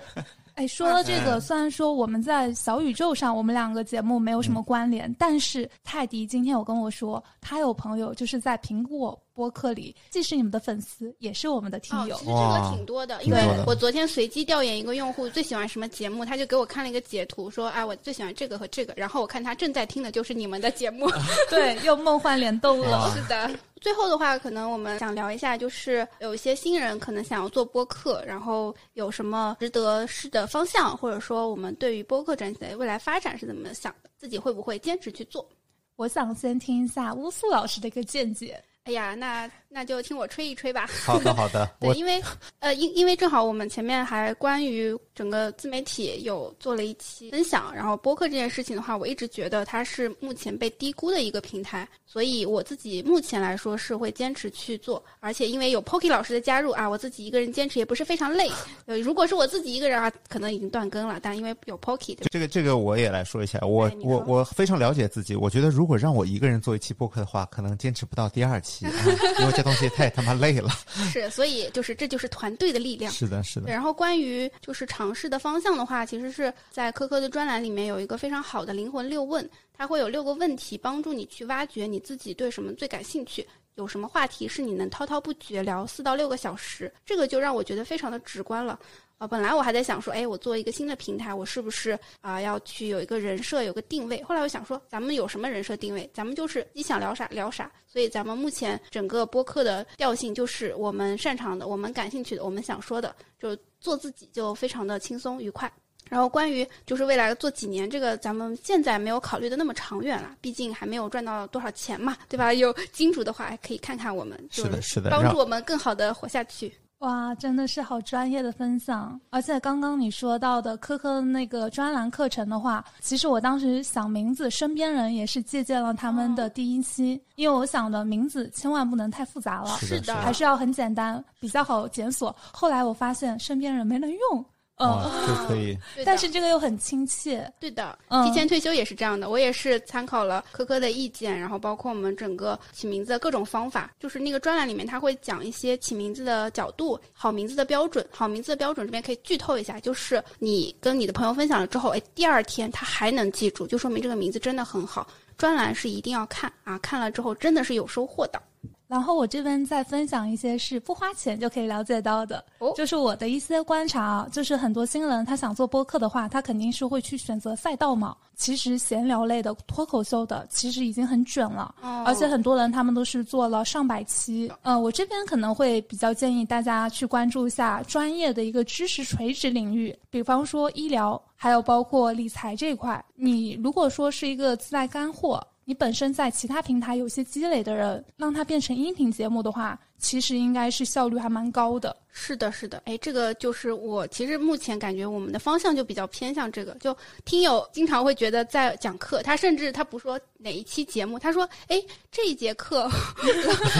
Speaker 4: 哎，说到这个，虽然说我们在小宇宙上，我们两个节目没有什么关联，但是泰迪今天有跟我说，他有朋友就是在苹果播客里，既是你们的粉丝，也是我们的听
Speaker 3: 哦，
Speaker 4: 友。
Speaker 3: 其实这个挺多的，因
Speaker 2: 挺
Speaker 3: 为
Speaker 2: 多的
Speaker 3: 我昨天随机调研一个用户最喜欢什么节目，他就给我看了一个截图，说啊，我最喜欢这个和这个，然后我看他正在听的就是你们的节目，
Speaker 4: 对，又梦幻联动了。
Speaker 3: 是的。最后的话，可能我们想聊一下，就是有一些新人可能想要做播客，然后有什么值得试的方向，或者说我们对于播客整体的未来发展是怎么想的，自己会不会坚持去做？
Speaker 4: 我想先听一下乌苏老师的一个见解。
Speaker 3: 哎呀，那那就听我吹一吹吧。
Speaker 2: 好的好的，
Speaker 3: 对，
Speaker 2: 我
Speaker 3: 因为呃，因因为正好我们前面还关于整个自媒体有做了一期分享，然后播客这件事情的话，我一直觉得它是目前被低估的一个平台，所以我自己目前来说是会坚持去做，而且因为有 Poki 老师的加入啊，我自己一个人坚持也不是非常累。呃，如果是我自己一个人啊，可能已经断更了，但因为有 Poki，对吧
Speaker 2: 这个这个我也来说一下，我
Speaker 3: 哎你说
Speaker 2: 我我非常了解自己，我觉得如果让我一个人做一期播客的话，可能坚持不到第二期，啊、因为这东西太他妈 累了。
Speaker 3: 是，所以就是这就是团队的力量。
Speaker 2: 是的，是
Speaker 3: 对，
Speaker 2: 的，
Speaker 3: 然后关于就是尝试的方向的话，其实是在科科的专栏里面有一个非常好的灵魂六问，它会有六个问题帮助你去挖掘你自己对什么最感兴趣。有什么话题是你能滔滔不绝聊四到六个小时？这个就让我觉得非常的直观了。啊、本来我还在想说，哎，我做一个新的平台，我是不是啊、要去有一个人设，有个定位？后来我想说，咱们有什么人设定位？咱们就是你想聊啥聊啥。所以咱们目前整个播客的调性就是我们擅长的，我们感兴趣的，我们想说的，就做自己就非常的轻松愉快。然后关于就是未来做几年这个，咱们现在没有考虑的那么长远了，毕竟还没有赚到多少钱嘛，对吧？有金主的话，还可以看看我们，就是
Speaker 2: 的，是的，
Speaker 3: 帮
Speaker 2: 让
Speaker 3: 助我们更好的活下去。
Speaker 4: 哇，真的是好专业的分享！而且刚刚你说到的科科那个专栏课程的话，其实我当时想名字，身边人也是借鉴了他们的第一期，因为我想的名字千万不能太复杂了，
Speaker 2: 是的
Speaker 3: 是的
Speaker 4: 还是要很简单，比较好检索。后来我发现身边人没人用。嗯
Speaker 2: 哇，
Speaker 3: 嗯
Speaker 2: 就可以。
Speaker 3: 对的
Speaker 4: 但是这个又很亲切，
Speaker 3: 对的，
Speaker 4: 嗯
Speaker 3: 提前退休也是这样的。我也是参考了科科的意见，然后包括我们整个起名字的各种方法，就是那个专栏里面他会讲一些起名字的角度、好名字的标准。好名字的标准这边可以剧透一下，就是你跟你的朋友分享了之后，哎，第二天他还能记住，就说明这个名字真的很好。专栏是一定要看啊，看了之后真的是有收获的。
Speaker 4: 然后我这边再分享一些是不花钱就可以了解到的，
Speaker 3: 哦
Speaker 4: 就是我的一些观察啊，就是很多新人他想做播客的话，他肯定是会去选择赛道嘛。其实闲聊类的、脱口秀的，其实已经很卷了，
Speaker 3: 哦
Speaker 4: 而且很多人他们都是做了上百期。呃，我这边可能会比较建议大家去关注一下专业的一个知识垂直领域，比方说医疗，还有包括理财这一块。你如果说是一个自带干货，你本身在其他平台有些积累的人，让他变成音频节目的话，其实应该是效率还蛮高的。
Speaker 3: 是的，是的，哎，这个就是我其实目前感觉我们的方向就比较偏向这个。就听友经常会觉得在讲课，他甚至他不说哪一期节目，他说，哎，这一节课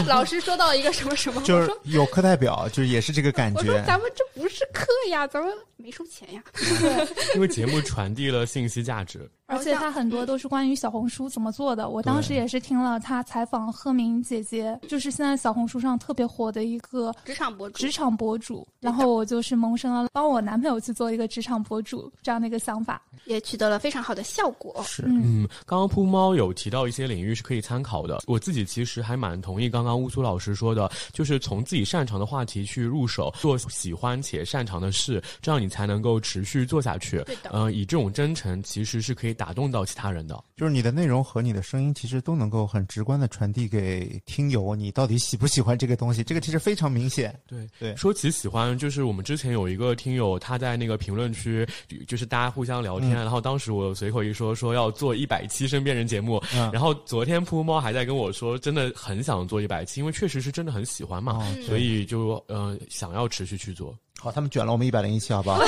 Speaker 3: 老师说到一个什么什么，
Speaker 2: 就
Speaker 3: 我
Speaker 2: 是
Speaker 3: 说。
Speaker 2: 有课代表，就是也是这个感
Speaker 3: 我说
Speaker 2: 觉。
Speaker 3: 咱们这不是课呀，咱们没收钱呀。
Speaker 1: 因为节目传递了信息价值。
Speaker 4: 而且他很多都是关于小红书怎么做的。我当时也是听了他采访赫敏姐姐，就是现在小红书上特别火的一个
Speaker 3: 职场博主
Speaker 4: 职，场博主，然后我就是萌生了帮我男朋友去做一个职场博主这样的一个想法。
Speaker 3: 也取得了非常好的效果。
Speaker 2: 是
Speaker 4: 嗯，
Speaker 1: 嗯，刚刚噗猫有提到一些领域是可以参考的，我自己其实还蛮同意刚刚乌苏老师说的，就是从自己擅长的话题去入手，做喜欢且擅长的事，这样你才能够持续做下去。
Speaker 3: 对的
Speaker 1: 嗯、以这种真诚其实是可以打动到其他人的。
Speaker 2: 就是你的内容和你的声音，其实都能够很直观的传递给听友，你到底喜不喜欢这个东西？这个其实非常明显。
Speaker 1: 对
Speaker 2: 对
Speaker 1: 说起喜欢，就是我们之前有一个听友，他在那个评论区，就是大家互相聊
Speaker 2: 嗯
Speaker 1: 天，然后当时我随口一说说要做一百期身边人节目，
Speaker 2: 嗯
Speaker 1: 然后昨天噗猫还在跟我说，真的很想做一百期，因为确实是真的很喜欢嘛，
Speaker 2: 哦
Speaker 1: 所以就呃想要持续去做。
Speaker 2: 好，他们卷了我们一百零一期，好不好？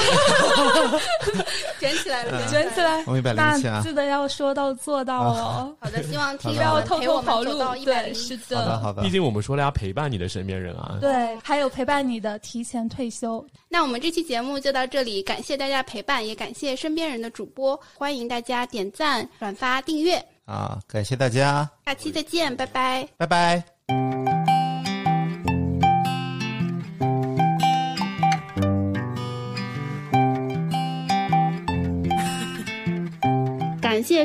Speaker 3: 卷起来了，
Speaker 4: 卷起。来
Speaker 2: 我，们一百零
Speaker 4: 那
Speaker 2: 一期啊。
Speaker 4: 记得要说到做到哦，
Speaker 3: 好的，希望听
Speaker 4: 不
Speaker 3: 友
Speaker 4: 要
Speaker 3: 们
Speaker 4: 偷
Speaker 3: 陪我
Speaker 4: 偷
Speaker 3: 们
Speaker 4: 跑
Speaker 3: 走
Speaker 4: 路
Speaker 3: 到。一百
Speaker 4: 对，
Speaker 3: 零
Speaker 4: 是
Speaker 2: 好的，
Speaker 4: 的。
Speaker 2: 好的
Speaker 1: 毕。竟我们说了要陪伴你的身边人啊。
Speaker 4: 对，还有陪伴你的提前退休，
Speaker 3: 那我们这期节目就到这里，感谢大家陪伴，也感谢身边人的主播，欢迎大家点赞、转发、订阅，
Speaker 2: 啊，感谢大家，
Speaker 3: 下期再见，拜拜。
Speaker 2: 拜拜。
Speaker 3: 感谢